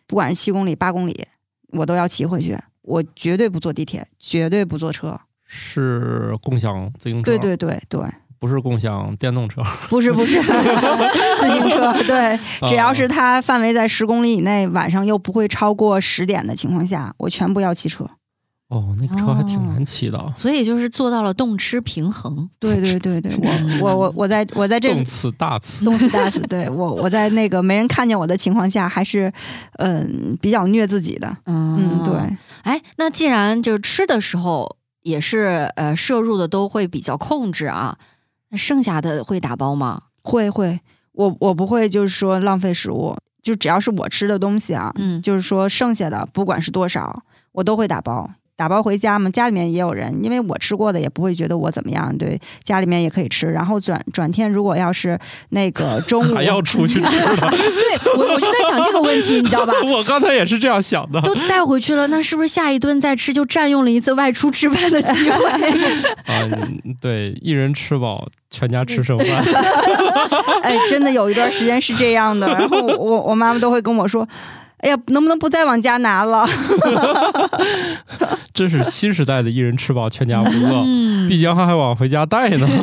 [SPEAKER 3] 不管是七公里、八公里，我都要骑回去。我绝对不坐地铁，绝对不坐车。
[SPEAKER 2] 是共享自行车，
[SPEAKER 3] 对对对对。
[SPEAKER 2] 不是共享电动车。
[SPEAKER 3] 不是 不是，自行车对，只要是
[SPEAKER 2] 啊
[SPEAKER 3] 它范围在十公里以内，晚上又不会超过十点的情况下，我全部要骑车。
[SPEAKER 2] 哦，那个车还挺
[SPEAKER 3] 哦
[SPEAKER 2] 难骑的啊，
[SPEAKER 1] 所以就是做到了动吃平衡。
[SPEAKER 3] 对对对 对，我我我我在我在这
[SPEAKER 2] 动次大次。
[SPEAKER 3] 动次打次， 对我我在那个没人看见我的情况下，还是嗯比较虐自己的。嗯，对，
[SPEAKER 1] 哎，那既然就是吃的时候也是呃摄入的都会比较控制啊，那剩下的会打包吗？
[SPEAKER 3] 会会，我我不会就是说浪费食物，就只要是我吃的东西啊，
[SPEAKER 1] 嗯
[SPEAKER 3] 就是说剩下的不管是多少，我都会打包。打包回家嘛，家里面也有人，因为我吃过的也不会觉得我怎么样，对，家里面也可以吃。然后转转天如果要是那 个中午
[SPEAKER 2] 还要出去吃的，
[SPEAKER 1] 对我我就在想这个问题，你知道 吧？
[SPEAKER 2] 我刚才也是这样想的
[SPEAKER 1] 都带回去了，那是不是下一顿再吃就占用了一次外出吃饭的机会？
[SPEAKER 2] 啊。你对，一人吃饱，全家吃剩饭。
[SPEAKER 3] 哎，真的有一段时间是这样的，然后我我我妈妈都会跟我说。哎呀，能不能不再往家拿了？
[SPEAKER 2] 这是新时代的一人吃饱全家不饿，
[SPEAKER 1] 嗯
[SPEAKER 2] 毕竟还往回家带呢。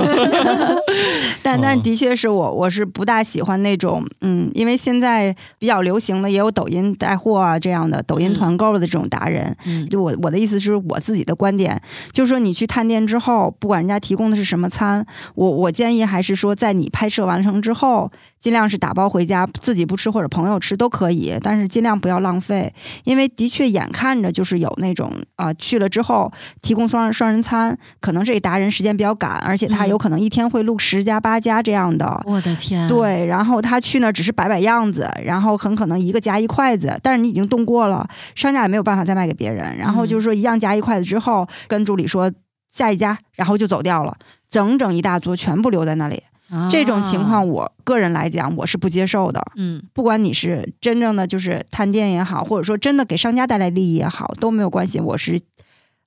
[SPEAKER 3] 但但
[SPEAKER 2] 哦
[SPEAKER 3] 的确是我，我是不大喜欢那种，嗯，因为现在比较流行的也有抖音带货啊这样的抖音
[SPEAKER 1] 嗯
[SPEAKER 3] 团购的这种达人。
[SPEAKER 1] 嗯
[SPEAKER 3] 就我我的意思是我自己的观点，就是说你去探店之后，不管人家提供的是什么餐，我我建议还是说，在你拍摄完成之后，尽量是打包回家，自己不吃或者朋友吃都可以，但是尽量不要浪费，因为的确眼看着就是有那种啊、去了之后提供双人双人餐，可能这个达人时间比较赶，而且他
[SPEAKER 1] 嗯哦
[SPEAKER 3] 有可能一天会录十家八家这样的，
[SPEAKER 1] 我的天，，啊
[SPEAKER 3] 对，然后他去那儿只是摆摆样子，然后很可能一个夹一筷子，但是你已经动过了，商家也没有办法再卖给别人。然后就是说一样夹一筷子之后，跟助理说下一家，然后就走掉了，整整一大桌全部留在那里。这种情况，，我个人来讲我是不接受的。
[SPEAKER 1] 嗯
[SPEAKER 3] 不管你是真正的就是探店也好，或者说真的给商家带来利益也好，都没有关系。我是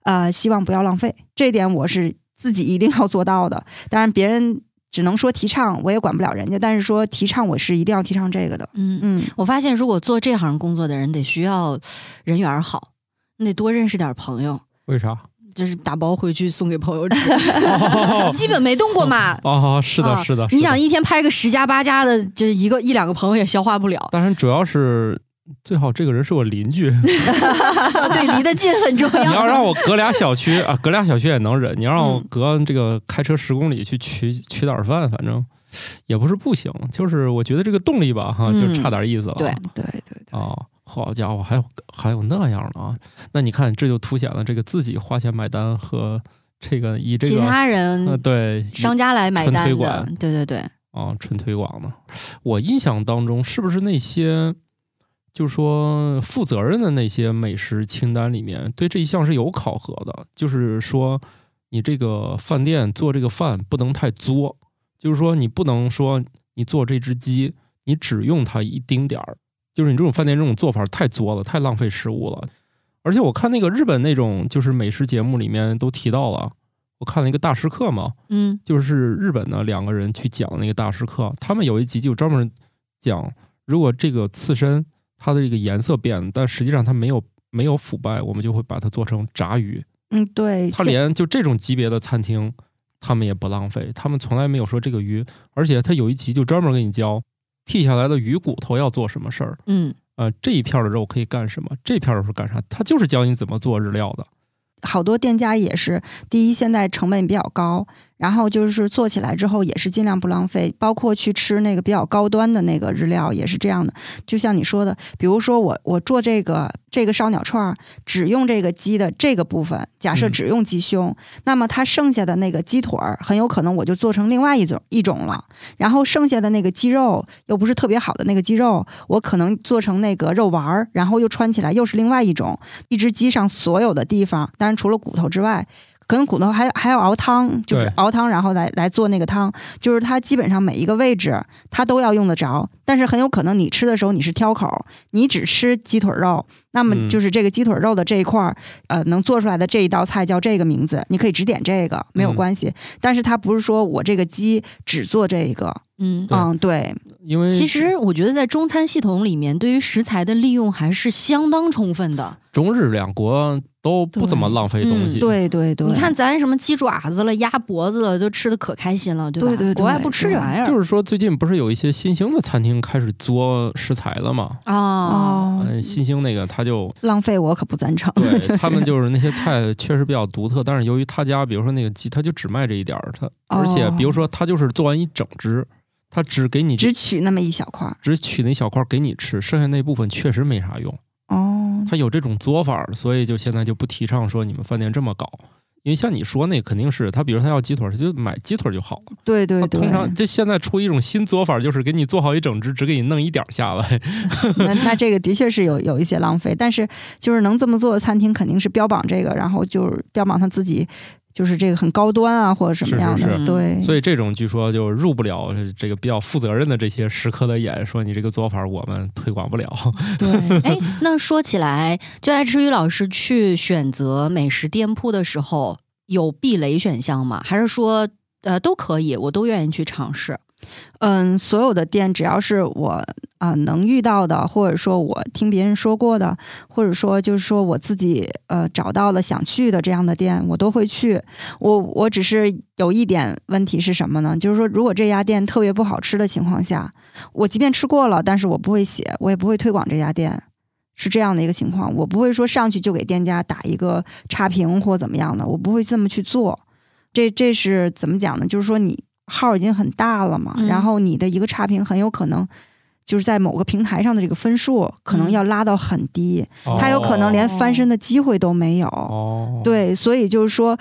[SPEAKER 3] 呃希望不要浪费，这一点我是自己一定要做到的。当然，别人只能说提倡，我也管不了人家，但是说提倡我是一定要提倡这个的。
[SPEAKER 1] 嗯嗯，
[SPEAKER 3] 嗯，
[SPEAKER 1] 我发现如果做这行工作的人，得需要人缘好，你得多认识点朋友。
[SPEAKER 2] 为啥？
[SPEAKER 1] 就是打包回去送给朋 友吃，
[SPEAKER 2] 哦
[SPEAKER 1] 基本没动过嘛。
[SPEAKER 2] 哦，是的，
[SPEAKER 1] 啊
[SPEAKER 2] 是的。
[SPEAKER 1] 你
[SPEAKER 2] 是的。
[SPEAKER 1] 想一天拍个十家八家的，就是一个一两个朋友也消化不了
[SPEAKER 2] 当然主要是最好这个人是我邻居。你
[SPEAKER 1] 啊对，离得近很重 要。
[SPEAKER 2] 要让我隔俩 小区啊，隔俩小区也能忍。你要让我
[SPEAKER 1] 嗯
[SPEAKER 2] 隔这个开车十公里去取取点儿饭，反正也不是不行。就是我觉得这个动力吧，哈，
[SPEAKER 1] 嗯
[SPEAKER 2] 就差点意思了。
[SPEAKER 1] 对
[SPEAKER 3] 对对
[SPEAKER 2] 啊，好家伙，还有还有那样的啊！那你看，这就凸显了这个自己花钱买单和这个以这
[SPEAKER 1] 其
[SPEAKER 2] 个
[SPEAKER 1] 他
[SPEAKER 2] 呃
[SPEAKER 1] 人
[SPEAKER 2] 对
[SPEAKER 1] 商家来买
[SPEAKER 2] 纯推
[SPEAKER 1] 单的
[SPEAKER 2] 广，
[SPEAKER 1] 对对对，
[SPEAKER 2] 啊，纯推广的。我印象当中，是不是那些就是说负责任的那些美食清单里面，对这一项是有考核的？就是说，你这个饭店做这个饭不能太作，就是说你不能说你做这只鸡，你只用它一丁点儿，就是你这种饭店这种做法太作了，太浪费食物了。而且我看那个日本那种就是美食节目里面都提到了，我看了一个大师课嘛，
[SPEAKER 1] 嗯
[SPEAKER 2] 就是日本的两个人去讲那个大师课，他们有一集就专门讲，如果这个刺身它的这个颜色变了，但实际上它没有没有腐败，我们就会把它做成炸鱼。
[SPEAKER 3] 嗯对，
[SPEAKER 2] 他
[SPEAKER 3] 现
[SPEAKER 2] 连就这种级别的餐厅，他们也不浪费，他们从来没有说这个鱼，而且他有一集就专门给你教剔下来的鱼骨头要做什么事儿，
[SPEAKER 1] 嗯，
[SPEAKER 2] 呃，这一片儿的肉可以干什么，这片儿肉是干啥，他就是教你怎么做日料的。
[SPEAKER 3] 好多店家也是，第一现在成本比较高，然后就是做起来之后也是尽量不浪费，包括去吃那个比较高端的那个日料也是这样的。就像你说的，比如说我我做这个这个烧鸟串儿，只用这个鸡的这个部分，假设
[SPEAKER 2] 嗯
[SPEAKER 3] 只用鸡胸，那么它剩下的那个鸡腿儿，很有可能我就做成另外一种一种了。然后剩下的那个鸡肉又不是特别好的那个鸡肉，我可能做成那个肉丸儿，然后又穿起来又是另外一种。一只鸡上所有的地方，当然除了骨头之外，可能骨头还还要熬汤，就是
[SPEAKER 2] 对
[SPEAKER 3] 熬汤，然后来来做那个汤，就是它基本上每一个位置它都要用得着。但是很有可能你吃的时候你是挑口，你只吃鸡腿肉，那么
[SPEAKER 2] 嗯
[SPEAKER 3] 就是这个鸡腿肉的这一块儿，呃，能做出来的这一道菜叫这个名字，你可以只点这个没有
[SPEAKER 2] 嗯
[SPEAKER 3] 关系。但是它不是说我这个鸡只做这个，
[SPEAKER 1] 嗯，
[SPEAKER 2] 对
[SPEAKER 3] 嗯，对，
[SPEAKER 2] 因为
[SPEAKER 1] 其实我觉得在中餐系统里面，对于食材的利用还是相当充分的。
[SPEAKER 2] 中日两国都不怎么浪费东西。
[SPEAKER 1] 嗯
[SPEAKER 3] 对对对，
[SPEAKER 1] 你看咱什么鸡爪子了、鸭脖子了，都吃的可开心了，对吧？
[SPEAKER 3] 对对对
[SPEAKER 1] 国外不吃这
[SPEAKER 3] 嗯
[SPEAKER 1] 玩意儿
[SPEAKER 2] 就是说，最近不是有一些新兴的餐厅开始做食材了嘛？
[SPEAKER 1] 哦，
[SPEAKER 3] 哦，
[SPEAKER 2] 嗯，新兴那个他 就
[SPEAKER 3] 浪费我可不赞成。
[SPEAKER 2] 对他们就是那些菜确实比较独特，但是由于他家比如说那个鸡，他就只卖这一点儿，他而且
[SPEAKER 3] 哦
[SPEAKER 2] 比如说他就是做完一整只，他只给你
[SPEAKER 3] 只取那么一小块儿。
[SPEAKER 2] 只取那小块儿给你吃，剩下那部分确实没啥用。
[SPEAKER 3] 哦，
[SPEAKER 2] 他有这种做法儿，所以就现在就不提倡说你们饭店这么搞。因为像你说那肯定是他，比如他要鸡腿儿，他就买鸡腿儿就好了。
[SPEAKER 3] 对对
[SPEAKER 2] 他
[SPEAKER 3] 对，
[SPEAKER 2] 哦通常这现在出一种新做法儿，就是给你做好一整只，只给你弄一点儿下来。
[SPEAKER 3] 那那这个的确是有有一些浪费，但是就是能这么做的餐厅肯定是标榜这个，然后就是标榜他自己就是这个很高端啊或者什么样的，
[SPEAKER 2] 是是
[SPEAKER 1] 是
[SPEAKER 3] 对，
[SPEAKER 2] 所以这种据说就入不了这个比较负责任的这些食客的眼，说你这个做法儿我们推广不了。
[SPEAKER 3] 对
[SPEAKER 1] 哎，那说起来，就爱吃鱼老师去选择美食店铺的时候，有避雷选项吗？还是说，呃，都可以，我都愿意去尝试？
[SPEAKER 3] 嗯，所有的店只要是我啊、能遇到的，或者说我听别人说过的，或者说就是说我自己呃找到了想去的这样的店，我都会去。我我只是有一点问题是什么呢？就是说如果这家店特别不好吃的情况下，我即便吃过了，但是我不会写，我也不会推广这家店。是这样的一个情况，我不会说上去就给店家打一个差评或怎么样的，我不会这么去做。这这是怎么讲呢？就是说你号已经很大了嘛，
[SPEAKER 1] 嗯
[SPEAKER 3] 然后你的一个差评很有可能就是在某个平台上的这个分数可能
[SPEAKER 1] 嗯
[SPEAKER 3] 要拉到很低， 他有可能连翻身的机会都没有。
[SPEAKER 2] 哦，
[SPEAKER 3] 对，所以就是说，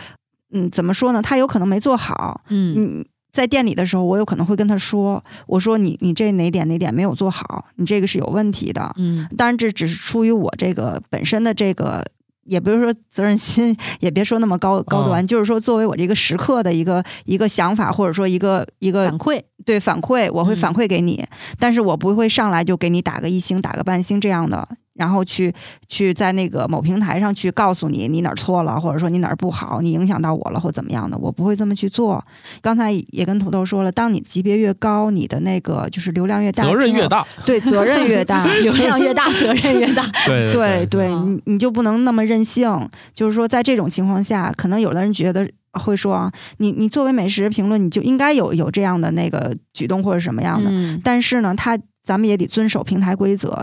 [SPEAKER 3] 嗯，怎么说呢？他有可能没做好，
[SPEAKER 1] 嗯，
[SPEAKER 3] 嗯，在店里的时候，我有可能会跟他说，我说你你这哪点哪点没有做好，你这个是有问题的。
[SPEAKER 1] 嗯，
[SPEAKER 3] 当然，这只是出于我这个本身的这个，也不是说责任心， 也别说那么高高端，就是说作为我这个食客的一个一个想法，或者说一个一个
[SPEAKER 1] 反馈，
[SPEAKER 3] 对反馈，我会
[SPEAKER 1] 嗯
[SPEAKER 3] 反馈给你，但是我不会上来就给你打个一星、打个半星这样的，然后去去在那个某平台上去告诉你你哪儿错了，或者说你哪儿不好，你影响到我了或怎么样的，我不会这么去做。刚才也跟土豆说了，当你级别越高，你的那个就是流量越大，啊
[SPEAKER 2] 责任越，大，
[SPEAKER 3] 对，责任越大，
[SPEAKER 1] 流量越大，责任越 大。
[SPEAKER 2] 对
[SPEAKER 3] 对
[SPEAKER 2] 对，
[SPEAKER 3] 对，你你就不能那么任性。就是说，在这种情况下，可能有的人觉得会说啊，你你作为美食评论，你就应该有有这样的那个举动或者什么样的。
[SPEAKER 1] 嗯
[SPEAKER 3] 但是呢，他咱们也得遵守平台规则，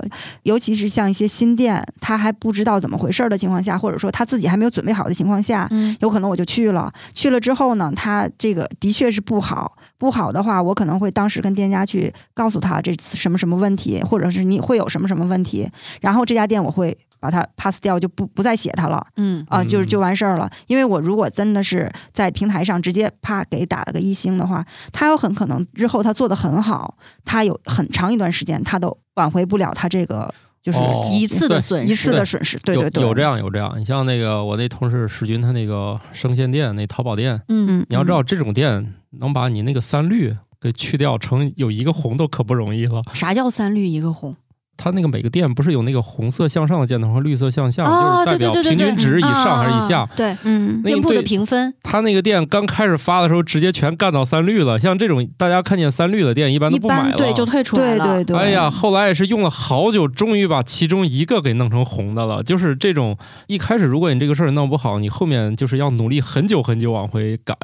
[SPEAKER 3] 尤其是像一些新店，他还不知道怎么回事儿的情况下，或者说他自己还没有准备好的情况下，
[SPEAKER 1] 嗯
[SPEAKER 3] 有可能我就去了，去了之后呢，他这个的确是不好，不好的话，我可能会当时跟店家去告诉他这次什么什么问题，或者是你会有什么什么问题，然后这家店我会把它 pass 掉，就不不再写它了。
[SPEAKER 1] 嗯
[SPEAKER 3] 啊、就是
[SPEAKER 2] 嗯
[SPEAKER 3] 就完事儿了。因为我如果真的是在平台上直接啪给打了个一星的话，他有很可能日后他做的很好，他有很长一段时间他都挽回不了他这个就是
[SPEAKER 2] 哦
[SPEAKER 1] 嗯一次的损失，
[SPEAKER 3] 一次的损失。对对对，
[SPEAKER 2] 有有这样有这样。你像那个我那同事史军，他那个生鲜店那淘宝店，
[SPEAKER 1] 嗯
[SPEAKER 3] 嗯，
[SPEAKER 2] 你要知
[SPEAKER 3] 嗯
[SPEAKER 2] 道这种店能把你那个三绿给去掉成有一个红都可不容易了。
[SPEAKER 1] 啥叫三绿一个红？
[SPEAKER 2] 它那个每个店不是有那个红色向上的箭头和绿色向下，
[SPEAKER 1] 哦
[SPEAKER 3] 哦
[SPEAKER 2] 就是代表平均值以上还是以下
[SPEAKER 1] 啊。对，
[SPEAKER 3] 嗯
[SPEAKER 2] 那
[SPEAKER 1] 店
[SPEAKER 2] 你
[SPEAKER 1] 铺的
[SPEAKER 2] 对
[SPEAKER 1] 评分
[SPEAKER 2] 他那个店刚开始发的时候，直接全干到三绿了。像这种大家看见三绿的店，一般都
[SPEAKER 1] 一
[SPEAKER 2] 不买
[SPEAKER 1] 般
[SPEAKER 2] 了。
[SPEAKER 1] 对就退出来
[SPEAKER 3] 对
[SPEAKER 1] 了。
[SPEAKER 3] 对对，
[SPEAKER 2] 哎呀，后来也是用了好久，终于把其中一个给弄成红的了。就是这种一开始，如果你这个事儿弄不好，你后面就是要努力很久很久往回赶。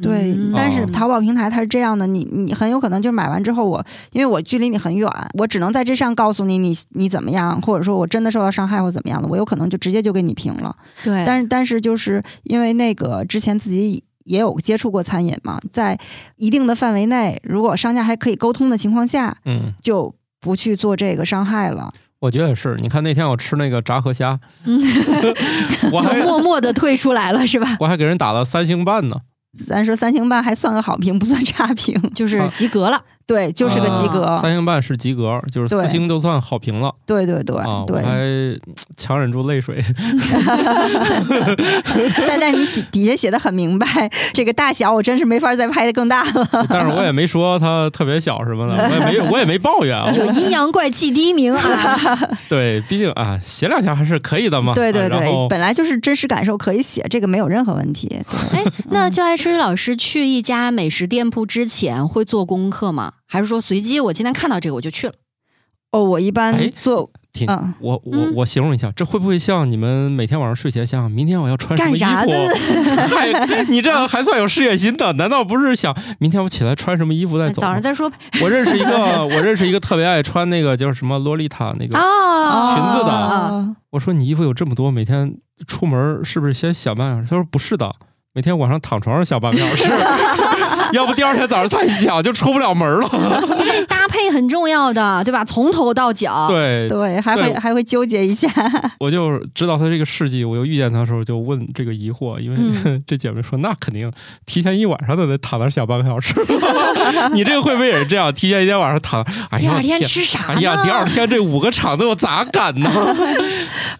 [SPEAKER 3] 对，
[SPEAKER 1] 嗯
[SPEAKER 3] 但是
[SPEAKER 2] 哦
[SPEAKER 3] 淘宝平台它是这样的，你你很有可能就买完之后我，因为我距离你很远，我只能在这上告诉你你你怎么样，或者说我真的受到伤害或怎么样的，我有可能就直接就给你评了。
[SPEAKER 1] 对，
[SPEAKER 3] 但是但是就是因为那个之前自己也有接触过餐饮嘛，在一定的范围内，如果商家还可以沟通的情况下，
[SPEAKER 2] 嗯，
[SPEAKER 3] 就不去做这个伤害了。
[SPEAKER 2] 我觉得也是。你看那天我吃那个炸河虾，
[SPEAKER 1] 嗯
[SPEAKER 2] 我
[SPEAKER 1] 就
[SPEAKER 2] 还
[SPEAKER 1] 默默的退出来了，是 吧？
[SPEAKER 2] 我还给人打了三星半呢。
[SPEAKER 3] 咱说三星半还算个好评，不算差评，
[SPEAKER 1] 就是
[SPEAKER 2] 啊
[SPEAKER 1] 及格了。
[SPEAKER 3] 对，就是个及
[SPEAKER 1] 哦
[SPEAKER 3] 格，
[SPEAKER 2] 三星半是及格，就是
[SPEAKER 3] 对
[SPEAKER 2] 四星都算好评了
[SPEAKER 3] 对对对、
[SPEAKER 2] 啊！我
[SPEAKER 3] 对。
[SPEAKER 2] 还嗯强忍住泪水。
[SPEAKER 3] 但但是你写底下写的很明白，这个大小我真是没法再拍的更大了。
[SPEAKER 2] 但是我也没说它特别小什么的，我也没我也没抱怨 啊。
[SPEAKER 1] 就阴阳怪气第一名啊！
[SPEAKER 2] 对，毕竟啊，写两下还是可以的嘛。
[SPEAKER 3] 对对
[SPEAKER 2] 啊然
[SPEAKER 3] 对，
[SPEAKER 2] 后
[SPEAKER 3] 本来就是真实感受可以写，这个没有任何问题。对
[SPEAKER 1] 哎，那就爱吃鱼老师去一家美食店铺之前会做功课吗？还是说随机我今天看到这个我就去了？
[SPEAKER 3] 哦，我一般
[SPEAKER 2] 哎
[SPEAKER 3] 做
[SPEAKER 2] 挺
[SPEAKER 3] 嗯，
[SPEAKER 2] 我我
[SPEAKER 1] 嗯
[SPEAKER 2] 我形容一下，这会不会像你们每天晚上睡前想想明天我要穿什么
[SPEAKER 1] 干啥
[SPEAKER 2] 衣
[SPEAKER 1] 的
[SPEAKER 2] 服？嗨，你这 还算有事业心的？难道不是想明天我起来穿什么衣服再走
[SPEAKER 1] 哎早
[SPEAKER 2] 吗？
[SPEAKER 1] 上再说吧。
[SPEAKER 2] 我认识一个，我认识一个特别爱穿那个叫什么洛丽塔 那个。
[SPEAKER 1] 哦，
[SPEAKER 2] 裙子的
[SPEAKER 1] 啊
[SPEAKER 2] 我说你衣服有这么多，每天出门是不是先想半小时？他说不是的，每天晚上躺床上想半个小时， 要不第二天早上再一想就出不了门了。
[SPEAKER 1] 搭配很重要的，对吧？从头到脚，
[SPEAKER 2] 对，
[SPEAKER 3] 对，还会
[SPEAKER 2] 对
[SPEAKER 3] 还会纠结一下，
[SPEAKER 2] 我就知道他这个事迹，我又遇见他的时候就问这个疑惑，因为、
[SPEAKER 1] 嗯
[SPEAKER 2] 这姐妹说那肯定提前一晚上都得躺那儿想半个小时， 你这个会不会也是这样？提前一天晚上躺，哎
[SPEAKER 1] 第
[SPEAKER 2] 呀
[SPEAKER 1] 二天
[SPEAKER 2] 天
[SPEAKER 1] 吃啥
[SPEAKER 2] 哎呀，
[SPEAKER 1] 呢
[SPEAKER 2] 第二天这五个场子我咋赶 呢？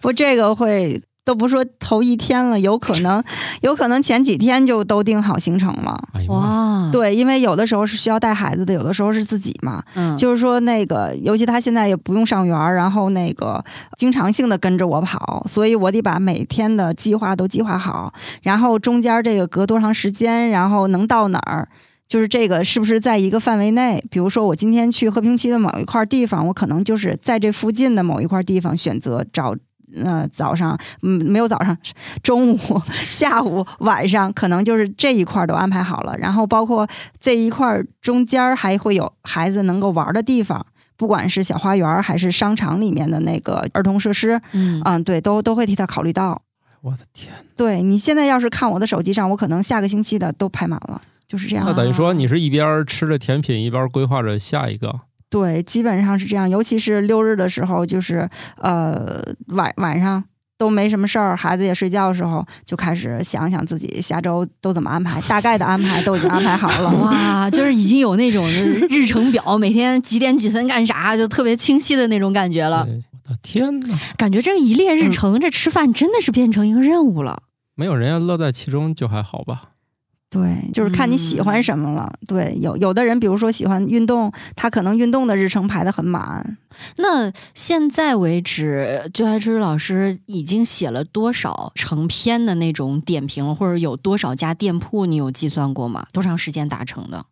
[SPEAKER 3] 不，这个会都不说头一天了，有可能，有可能前几天就都定好行程了。
[SPEAKER 2] 哎呀妈呀，
[SPEAKER 1] 哇，，
[SPEAKER 3] 对，因为有的时候是需要带孩子的，有的时候是自己嘛。
[SPEAKER 1] 嗯，
[SPEAKER 3] 就是说，那个，尤其他现在也不用上园儿，然后那个经常性的跟着我跑，所以我得把每天的计划都计划好，然后中间这个隔多长时间，然后能到哪儿，就是这个是不是在一个范围内？比如说，我今天去和平区的某一块地方，我可能就是在这附近的某一块地方选择找。呃，早上，嗯，没有早上，中午、 下午、晚上，可能就是这一块儿都安排好了。然后包括这一块儿中间儿还会有孩子能够玩儿的地方，不管是小花园儿还是商场里面的那个儿童设施，
[SPEAKER 1] 嗯
[SPEAKER 3] 嗯，对，都都会替他考虑到。
[SPEAKER 2] 我的天！
[SPEAKER 3] 对你现在要是看我的手机上，我可能下个星期的都排满了，就是这样
[SPEAKER 2] 那
[SPEAKER 1] 啊。
[SPEAKER 2] 等于说你是一边吃着甜品，一边规划着下一个。
[SPEAKER 3] 对，基本上是这样，尤其是六日的时候，就是呃晚晚上。都没什么事儿，孩子也睡觉的时候，就开始想想自己下周都怎么安排，大概的安排都已经安排好
[SPEAKER 1] 嗯
[SPEAKER 3] 了。
[SPEAKER 1] 哇，就是已经有那 种就是日程表，每天几点几分干啥，就特别清晰的那种感觉了。
[SPEAKER 2] 对我的天哪！
[SPEAKER 1] 感觉这一列日程，这吃饭真的是变成一个任务了。
[SPEAKER 2] 没有人家乐在其中就还好吧？
[SPEAKER 3] 对，就是看你喜欢什么了。对，有有的人，比如说喜欢运动，他可能运动的日程排得很满。
[SPEAKER 1] 那现在为止，就爱之老师已经写了多少成篇的那种点评了，或者有多少家店铺，你有计算过吗？多长时间达成的？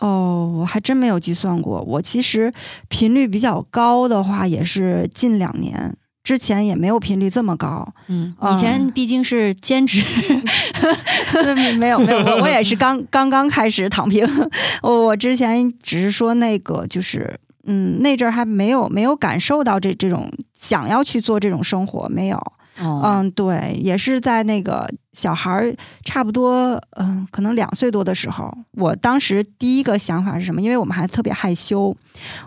[SPEAKER 3] 哦，我还真没有计算过。我其实频率比较高的话，也是近两年，之前也没有频率这么高。
[SPEAKER 1] 嗯，
[SPEAKER 3] 嗯
[SPEAKER 1] 以前毕竟是兼职，
[SPEAKER 3] 对，没没有没有，我我也是刚刚刚开始躺平。 我我之前只是说那个就是。嗯，那阵儿还没有没有感受到这这种想要去做这种生活，没有。
[SPEAKER 1] 哦，
[SPEAKER 3] 嗯，对，也是在那个小孩儿差不多，嗯，可能两岁多的时候，我当时第一个想法是什么？因为我们还特别害羞，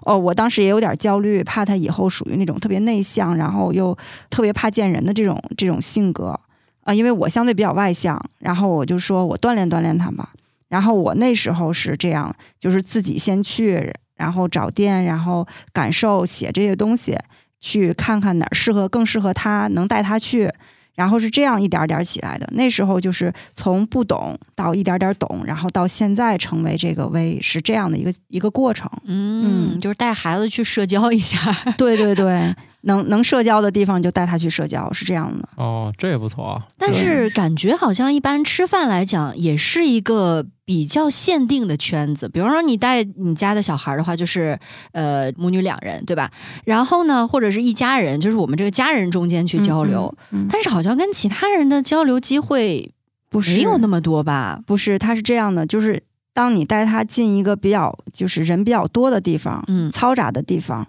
[SPEAKER 3] 哦，我当时也有点焦虑，怕他以后属于那种特别内向，然后又特别怕见人的这种这种性格啊、因为我相对比较外向，然后我就说我锻炼锻炼他吧。然后我那时候是这样，就是自己先去，然后找店，然后感受写这些东西，去看看哪儿适合，更适合他，能带他去。然后是这样一点儿点儿起来的。那时候就是从不懂到一点儿点儿懂，然后到现在成为这个微是这样的一个一个过程。
[SPEAKER 1] 嗯，
[SPEAKER 3] 嗯
[SPEAKER 1] 就是带孩子去社交一下。
[SPEAKER 3] 对对对，能能社交的地方就带他去社交，是这样的。
[SPEAKER 2] 哦，这也不错啊。
[SPEAKER 1] 但
[SPEAKER 2] 对
[SPEAKER 1] 是感觉好像一般吃饭来讲，也是一个比较限定的圈子。比如说你带你家的小孩儿的话，就是呃母女两人，对吧？然后呢，或者是一家人，就是我们这个家人中间去交流。
[SPEAKER 3] 嗯，嗯
[SPEAKER 1] 但是好像跟其他人的交流机会
[SPEAKER 3] 不是
[SPEAKER 1] 没有那么多吧？
[SPEAKER 3] 不是，他是这样的，就是当你带他进一个比较就是人比较多的地方，
[SPEAKER 1] 嗯
[SPEAKER 3] 嘈杂的地方，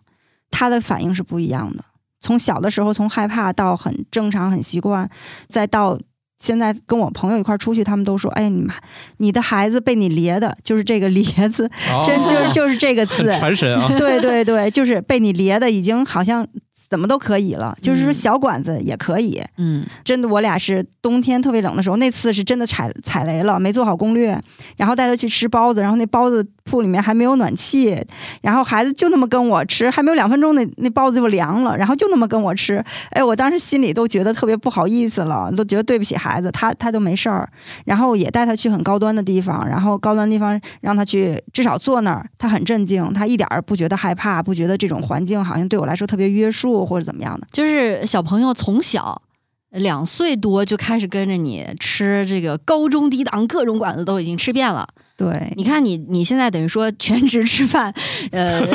[SPEAKER 3] 他的反应是不一样的。从小的时候，从害怕到很正常、很习惯，再到现在跟我朋友一块儿出去，他们都说：“哎，你们你的孩子被你咧的，就是这个‘咧’字，
[SPEAKER 2] 哦
[SPEAKER 3] 真就是就是这个
[SPEAKER 2] 很
[SPEAKER 3] 字。。
[SPEAKER 2] 传 神啊
[SPEAKER 3] 对对对，就是被你咧的，已经好像怎么都可以了，就是说
[SPEAKER 1] 嗯
[SPEAKER 3] 小管子也可以。
[SPEAKER 1] 嗯
[SPEAKER 3] 真的，我俩是冬天特别冷的时候，那次是真的踩踩雷了，没做好攻略，然后带他去吃包子，然后那包子铺里面还没有暖气，然后孩子就那么跟我吃，还没有两分钟那，那包子就凉了，然后就那么跟我吃，哎，我当时心里都觉得特别不好意思了，都觉得对不起孩子，他他都没事儿，然后也带他去很高端的地方，然后高端地方让他去至少坐那儿，他很镇静，他一点儿不觉得害怕，不觉得这种环境好像对我来说特别约束或者怎么样的。
[SPEAKER 1] 就是小朋友从小。两岁多就开始跟着你吃这个高中低档各种馆子都已经吃遍了，
[SPEAKER 3] 对，
[SPEAKER 1] 你看你你现在等于说全职吃饭，呃，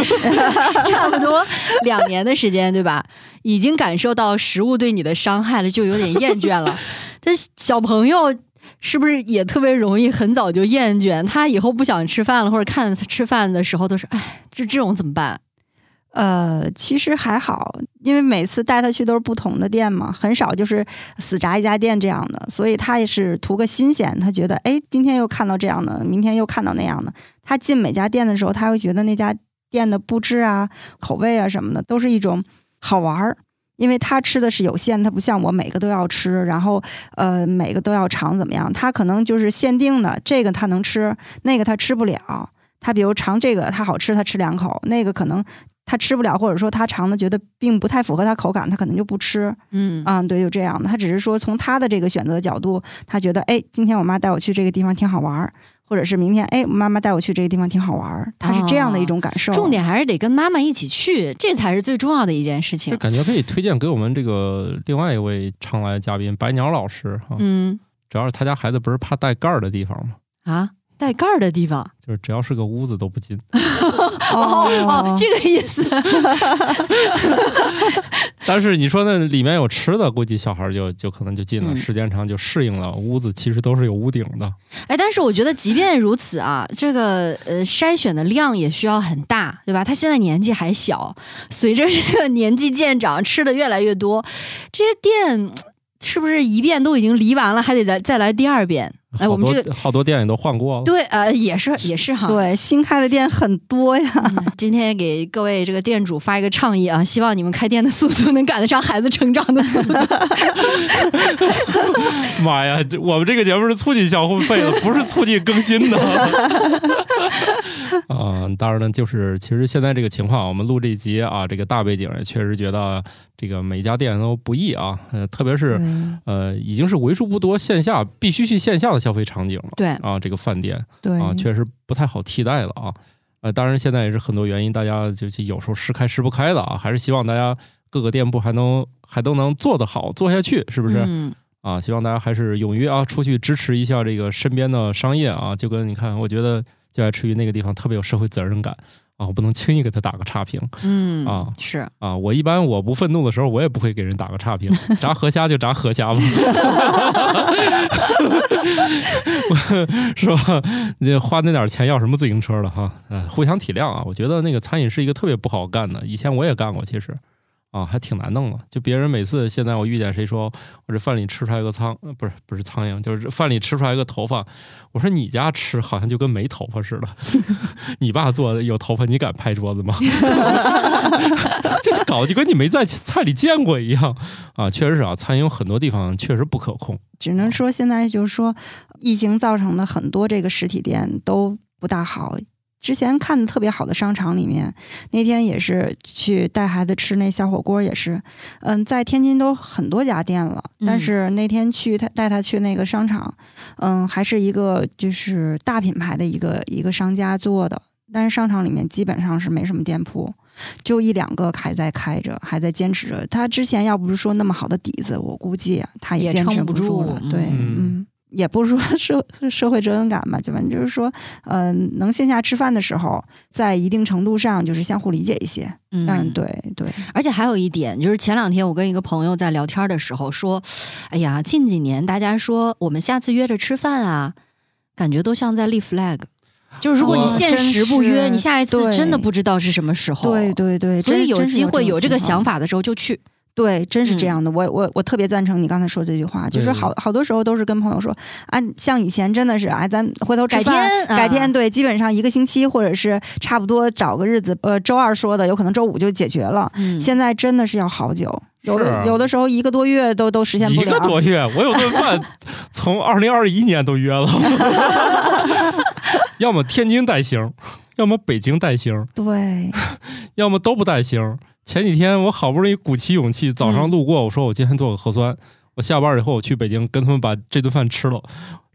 [SPEAKER 1] 差不多两年的时间，对吧？已经感受到食物对你的伤害了，就有点厌倦了。但小朋友是不是也特别容易很早就厌倦？他以后不想吃饭了，或者看着他吃饭的时候都是，哎，这这种怎么办？
[SPEAKER 3] 呃，其实还好，因为每次带他去都是不同的店嘛，很少就是死炸一家店这样的，所以他也是图个新鲜。他觉得，哎，今天又看到这样的，明天又看到那样的。他进每家店的时候，他会觉得那家店的布置啊、口味啊什么的，都是一种好玩儿。因为他吃的是有限，他不像我每个都要吃，然后呃每个都要尝怎么样？他可能就是限定的，这个他能吃，那个他吃不了。他比如尝这个，他好吃，他吃两口；那个可能他吃不了，或者说他尝的觉得并不太符合他口感，他可能就不吃。
[SPEAKER 1] 嗯
[SPEAKER 3] 嗯，对，就这样的。他只是说从他的这个选择角度，他觉得哎，今天我妈带我去这个地方挺好玩儿，或者是明天哎，妈妈带我去这个地方挺好玩儿，他是这样的一种感受。
[SPEAKER 1] 哦重点还是得跟妈妈一起去，这才是最重要的一件事
[SPEAKER 2] 这
[SPEAKER 1] 情。
[SPEAKER 2] 感觉可以推荐给我们这个另外一位常来嘉宾白鸟老师哈。
[SPEAKER 1] 嗯
[SPEAKER 2] 只要是他家孩子不是怕带盖儿的地方嘛，
[SPEAKER 1] 啊，带盖儿的地方。
[SPEAKER 2] 就是只要是个屋子都不进。
[SPEAKER 1] 哦哦，这个意思。
[SPEAKER 2] 但是你说那里面有吃的，估计小孩儿就就可能就进了，
[SPEAKER 1] 嗯
[SPEAKER 2] 时间长就适应了。屋子其实都是有屋顶的，
[SPEAKER 1] 哎，但是我觉得即便如此啊，这个呃筛选的量也需要很大，对吧？他现在年纪还小，随着这个年纪渐长，吃的越来越多，这些店是不是一遍都已经离完了，还得再再来第二遍？哎，我
[SPEAKER 2] 好
[SPEAKER 1] 们
[SPEAKER 2] 多、
[SPEAKER 1] 这个
[SPEAKER 2] 好多店也都换过了。
[SPEAKER 1] 对呃也是也是哈。
[SPEAKER 3] 对，新开的店很多呀。
[SPEAKER 1] 嗯今天给各位这个店主发一个倡议啊，希望你们开店的速度能赶得上孩子成长的 速度。
[SPEAKER 2] 妈呀，这我们这个节目是促进消费的，不是促进更新的。啊、当然呢，就是其实现在这个情况，我们录这集啊，这个大背景也确实觉得这个每家店都不易啊，呃，特别
[SPEAKER 3] 嗯
[SPEAKER 2] 是呃，已经是为数不多线下必须去线下的消费场景了。
[SPEAKER 1] 对
[SPEAKER 2] 啊，这个饭店
[SPEAKER 3] 对
[SPEAKER 2] 啊，确实不太好替代了啊。呃，当然现在也是很多原因，大家就就有时候是开是不开的啊，还是希望大家各个店铺还能还都能做得好，做下去，是不是？
[SPEAKER 1] 嗯，
[SPEAKER 2] 啊，希望大家还是踊跃啊，出去支持一下这个身边的商业啊。就跟你看，我觉得就爱吃鱼那个地方特别有社会责任感啊，我不能轻易给他打个差评
[SPEAKER 1] 嗯
[SPEAKER 2] 啊
[SPEAKER 1] 是。
[SPEAKER 2] 啊。我一般我不愤怒的时候，我也不会给人打个差评，炸河虾就炸河虾吧， 是吧？你花那点钱要什么自行车了哈？呃，互相体谅啊。我觉得那个餐饮是一个特别不好干的，以前我也干过，其实。啊，还挺难弄的。就别人每次现在我遇见谁说我这饭里吃出来个苍，呃不是不是苍蝇，就是饭里吃出来个头发。我说你家吃好像就跟没头发似的， 你爸做的有头发，你敢拍桌子吗？这 搞得就跟你没在菜里见过一样啊！确实是啊，餐饮有很多地方确实不可控。
[SPEAKER 3] 只能说现在就是说，疫情造成的很多这个实体店都不大好。之前看的特别好的商场里面，那天也是去带孩子吃那小火锅，也是，嗯，在天津都很多家店了，
[SPEAKER 1] 嗯
[SPEAKER 3] 但是那天去他带他去那个商场，嗯，还是一个就是大品牌的一个一个商家做的，但是商场里面基本上是没什么店铺，就一两个还在开着，还在坚持着。他之前要不是说那么好的底子，我估计啊他
[SPEAKER 1] 也
[SPEAKER 3] 坚
[SPEAKER 1] 撑
[SPEAKER 3] 持
[SPEAKER 1] 不
[SPEAKER 3] 住
[SPEAKER 1] 住
[SPEAKER 3] 了。
[SPEAKER 1] 嗯
[SPEAKER 3] 对，
[SPEAKER 2] 嗯
[SPEAKER 3] 嗯，也不是说 社社会责任感吧，就反正就是说，呃，能线下吃饭的时候，在一定程度上就是相互理解一些。嗯，对对，
[SPEAKER 1] 而且还有一点，就是前两天我跟一个朋友在聊天的时候说，哎呀，近几年大家说我们下次约着吃饭啊，感觉都像在立 flag。就是如果你
[SPEAKER 2] 哇
[SPEAKER 1] 限时不
[SPEAKER 3] 哦真
[SPEAKER 1] 约，
[SPEAKER 3] 是
[SPEAKER 1] 你下一次
[SPEAKER 3] 对
[SPEAKER 1] 真的不知道是什么时候。
[SPEAKER 3] 对对对，
[SPEAKER 1] 所以
[SPEAKER 3] 真
[SPEAKER 1] 有
[SPEAKER 3] 真是
[SPEAKER 1] 机会
[SPEAKER 3] 有
[SPEAKER 1] 有这个
[SPEAKER 3] 种情况
[SPEAKER 1] 想法的时候就去。
[SPEAKER 3] 对，真是
[SPEAKER 1] 嗯
[SPEAKER 3] 这样的。我我我特别赞成你刚才说这句话，就是
[SPEAKER 2] 对
[SPEAKER 3] 好好多时候都是跟朋友说啊，像以前真的是啊，咱回头吃
[SPEAKER 1] 改
[SPEAKER 3] 饭
[SPEAKER 1] 天
[SPEAKER 3] 改天
[SPEAKER 1] 啊
[SPEAKER 3] 对，基本上一个星期或者是差不多找个日子，呃，周二说的，有可能周五就解决了。
[SPEAKER 1] 嗯
[SPEAKER 3] 现在真的是要好久，有
[SPEAKER 2] 是
[SPEAKER 3] 的
[SPEAKER 2] 啊
[SPEAKER 3] 有的时候一个多月都都实现不
[SPEAKER 2] 一
[SPEAKER 3] 了
[SPEAKER 2] 个。多月，我有顿 饭从二零二一年都约了， 要么天津带星，要么北京带星，
[SPEAKER 3] 对，
[SPEAKER 2] 要么都不带星。前几天我好不容易鼓起勇气，早上路过，我说我今天做个核酸，我下班以后我去北京跟他们把这顿饭吃了。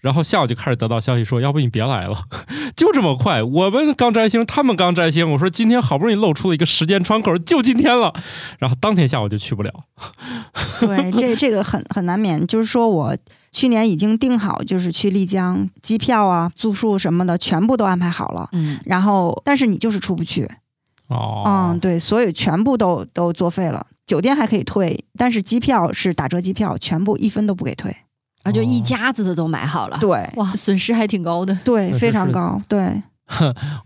[SPEAKER 2] 然后下午就开始得到消息说，要不你别来了， 就这么快。我们刚摘星，他们刚摘星。我说今天好不容易露出了一个时间窗口，就今天了。然后当天下午就去不了。
[SPEAKER 3] 对，这这个很很难免。就是说我去年已经定好，就是去丽江，机票啊、住宿什么的全部都安排好了。
[SPEAKER 1] 嗯，
[SPEAKER 3] 然后，但是你就是出不去，
[SPEAKER 2] 哦，
[SPEAKER 3] 嗯，对，所有全部都都作废了。酒店还可以退，但是机票是打折机票，全部一分都不给退。
[SPEAKER 1] 啊，
[SPEAKER 2] 哦
[SPEAKER 1] 就一家子的都买好了，
[SPEAKER 3] 对，
[SPEAKER 1] 哇，损失还挺高的。
[SPEAKER 3] 对，
[SPEAKER 2] 那
[SPEAKER 3] 非
[SPEAKER 2] 真
[SPEAKER 3] 常
[SPEAKER 2] 是
[SPEAKER 3] 高。对，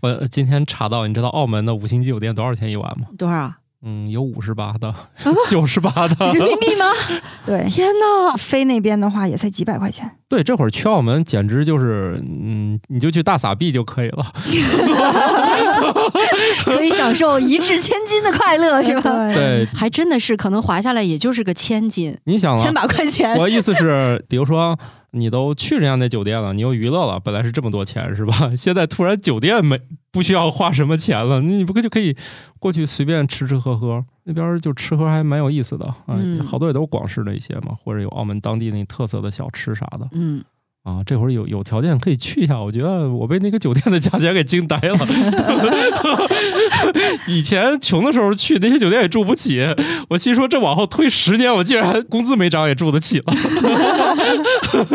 [SPEAKER 2] 我呃今天查到，你知道澳门的五星级酒店多少钱一晚吗？
[SPEAKER 1] 多少
[SPEAKER 2] 嗯，有五十八的，九十八的。
[SPEAKER 1] 人民币 吗？
[SPEAKER 3] 对，
[SPEAKER 1] 天哪！
[SPEAKER 3] 飞那边的话也才几百块钱。
[SPEAKER 2] 对，这会儿去澳门简直就是，嗯，你就去大撒币就可以了。
[SPEAKER 1] 可以享受一掷千金的快 乐，是吧？
[SPEAKER 2] 对，
[SPEAKER 1] 还真的是，可能划下来也就是个千金，
[SPEAKER 2] 你想啊
[SPEAKER 1] 千，把块钱。
[SPEAKER 2] 我意思是， 比如说你都去人家那酒店了，你又娱乐了，本来是这么多钱是吧？ 现在突然酒店没不需要花什么钱了，你不就可以过去随便吃吃喝喝？那边就吃喝还蛮有意思的啊，
[SPEAKER 1] 嗯
[SPEAKER 2] 好多也都是广式的一些嘛，或者有澳门当地那特色的小吃啥的
[SPEAKER 1] 嗯，
[SPEAKER 2] 啊。这会儿有有条件可以去一下，我觉得我被那个酒店的价钱给惊呆了。 以前穷的时候去那些酒店也住不起，我心说这往后推十年，我竟然工资没涨也住得起了。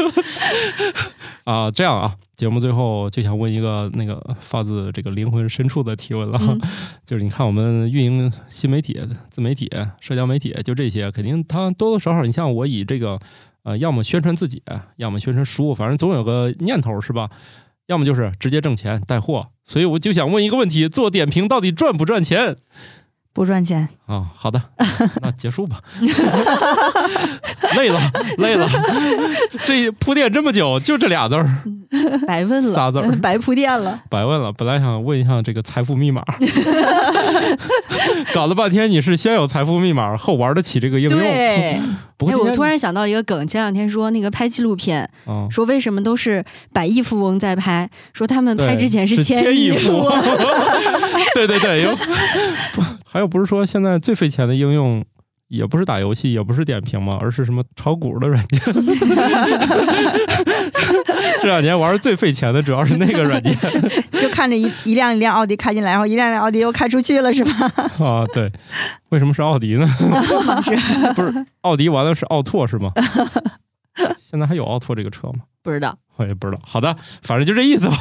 [SPEAKER 2] 啊，这样啊，节目最后就想问一个那个发自这个灵魂深处的提问了，
[SPEAKER 1] 嗯
[SPEAKER 2] 就是你看我们运营新媒体、自媒体、社交媒体，就这些，肯定它多多少少，你像我以这个呃，要么宣传自己，要么宣传书，反正总有个念头是吧？要么就是直接挣钱带货，所以我就想问一个问题：做点评到底赚不赚钱？
[SPEAKER 3] 不赚钱，
[SPEAKER 2] 啊、好的，那结束吧。 累了，累了，这铺垫这么久，就这俩字儿，
[SPEAKER 1] 白问了，
[SPEAKER 2] 仨字儿
[SPEAKER 1] 白铺垫了。
[SPEAKER 2] 白问了。本来想问一下这个财 富密码，搞了半天你是先有财富密码，后玩得起这个应用。
[SPEAKER 1] 对，
[SPEAKER 2] 不过
[SPEAKER 1] 哎，
[SPEAKER 2] 今天、
[SPEAKER 1] 我突然想到一个梗，前两天说那个拍纪录片，
[SPEAKER 2] 啊，
[SPEAKER 1] 说为什么都是百亿富翁在拍，说他们
[SPEAKER 2] 对
[SPEAKER 1] 拍之前
[SPEAKER 2] 是
[SPEAKER 1] 千
[SPEAKER 2] 亿
[SPEAKER 1] 富
[SPEAKER 2] 翁， 对对对，有。还有不是说现在最费钱的应用？也不是打游戏，也不是点评嘛，而是什么炒股的软件。 这两年玩儿最费钱的主要是那个软件。
[SPEAKER 3] 就看着一一辆一辆奥迪开进来，然后一辆一辆奥迪又开出去了，是吧？
[SPEAKER 2] 啊，对，为什么是奥迪呢？是不是奥迪完了是奥拓是吗？ 现在还有奥拓这个车吗？
[SPEAKER 1] 不知道。
[SPEAKER 2] 我也不知道。好的，反正就这意思吧。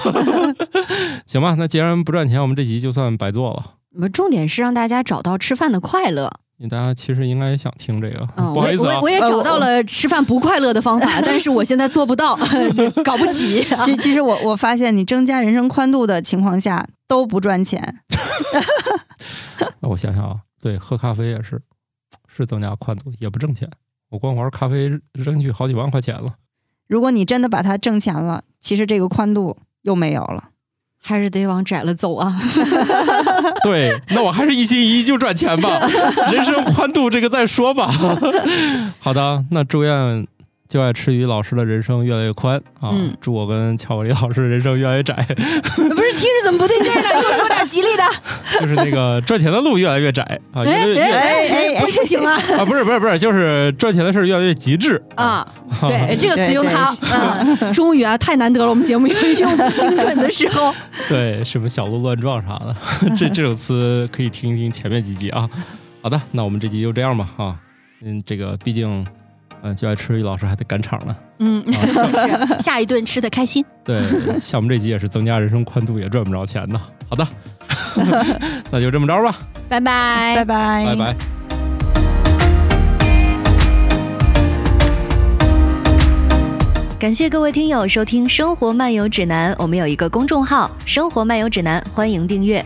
[SPEAKER 2] 行吧，那既然不赚钱，我们这集就算白做了。
[SPEAKER 1] 我们重点是让大家找到吃饭的快乐。
[SPEAKER 2] 因为大家其实应该也想听这个，
[SPEAKER 1] 嗯，
[SPEAKER 2] 不
[SPEAKER 1] 我
[SPEAKER 2] 好意
[SPEAKER 1] 也
[SPEAKER 2] 思
[SPEAKER 1] 我也
[SPEAKER 2] 啊
[SPEAKER 1] 我，也
[SPEAKER 3] 呃
[SPEAKER 1] 找
[SPEAKER 3] 我
[SPEAKER 1] 到了吃饭不快乐的方法，但是我现在做不到， 搞不起。啊
[SPEAKER 3] 其其实我我发现，你增加人生宽度的情况下都不赚钱，
[SPEAKER 2] 那我想想啊，对，喝咖啡也是，是增加宽度，也不挣钱。我光玩咖啡扔去好几万块钱了。
[SPEAKER 3] 如果你真的把它挣钱了，其实这个宽度又没有了。
[SPEAKER 1] 还是得往窄了走啊！
[SPEAKER 2] 对，那我还是一心一意就赚钱吧，人生宽度这个再说吧。 好的，那祝愿就爱吃鱼老师的人生越来越宽啊！
[SPEAKER 1] 嗯
[SPEAKER 2] 祝我跟乔伟老师的人生越来越窄，
[SPEAKER 3] 不是，听着怎么不对劲儿呢？给我说点吉利的。
[SPEAKER 2] 就是那个赚钱的路越来越窄啊，越来越
[SPEAKER 1] 哎
[SPEAKER 2] 越
[SPEAKER 3] 哎哎哎，
[SPEAKER 1] 不行啊
[SPEAKER 2] 啊，不是不是不是，就是赚钱的事儿越来越极致！
[SPEAKER 1] 啊！对，这个词
[SPEAKER 3] 对
[SPEAKER 1] 用
[SPEAKER 3] 对
[SPEAKER 1] 它，嗯，终于啊，太难得了，我们节目有用词精准的时 候。
[SPEAKER 2] 对，什么小鹿乱撞啥的， 这这种词可以听一听前面几集啊。好的，那我们这集就这样吧啊，嗯，这个毕竟，嗯、就爱吃鱼老师还得赶场呢。
[SPEAKER 1] 嗯，
[SPEAKER 2] 啊
[SPEAKER 1] 是下一顿吃的开心。
[SPEAKER 2] 对，像我们这集也是增加人生宽度，也赚不着钱的。好的， 那就这么着吧，
[SPEAKER 1] 拜拜
[SPEAKER 3] 拜。
[SPEAKER 2] 拜
[SPEAKER 3] 拜，
[SPEAKER 2] 拜。
[SPEAKER 4] 感谢各位听友收听《生活漫游指南》，我们有一个公众号《生活漫游指南》，欢迎订阅。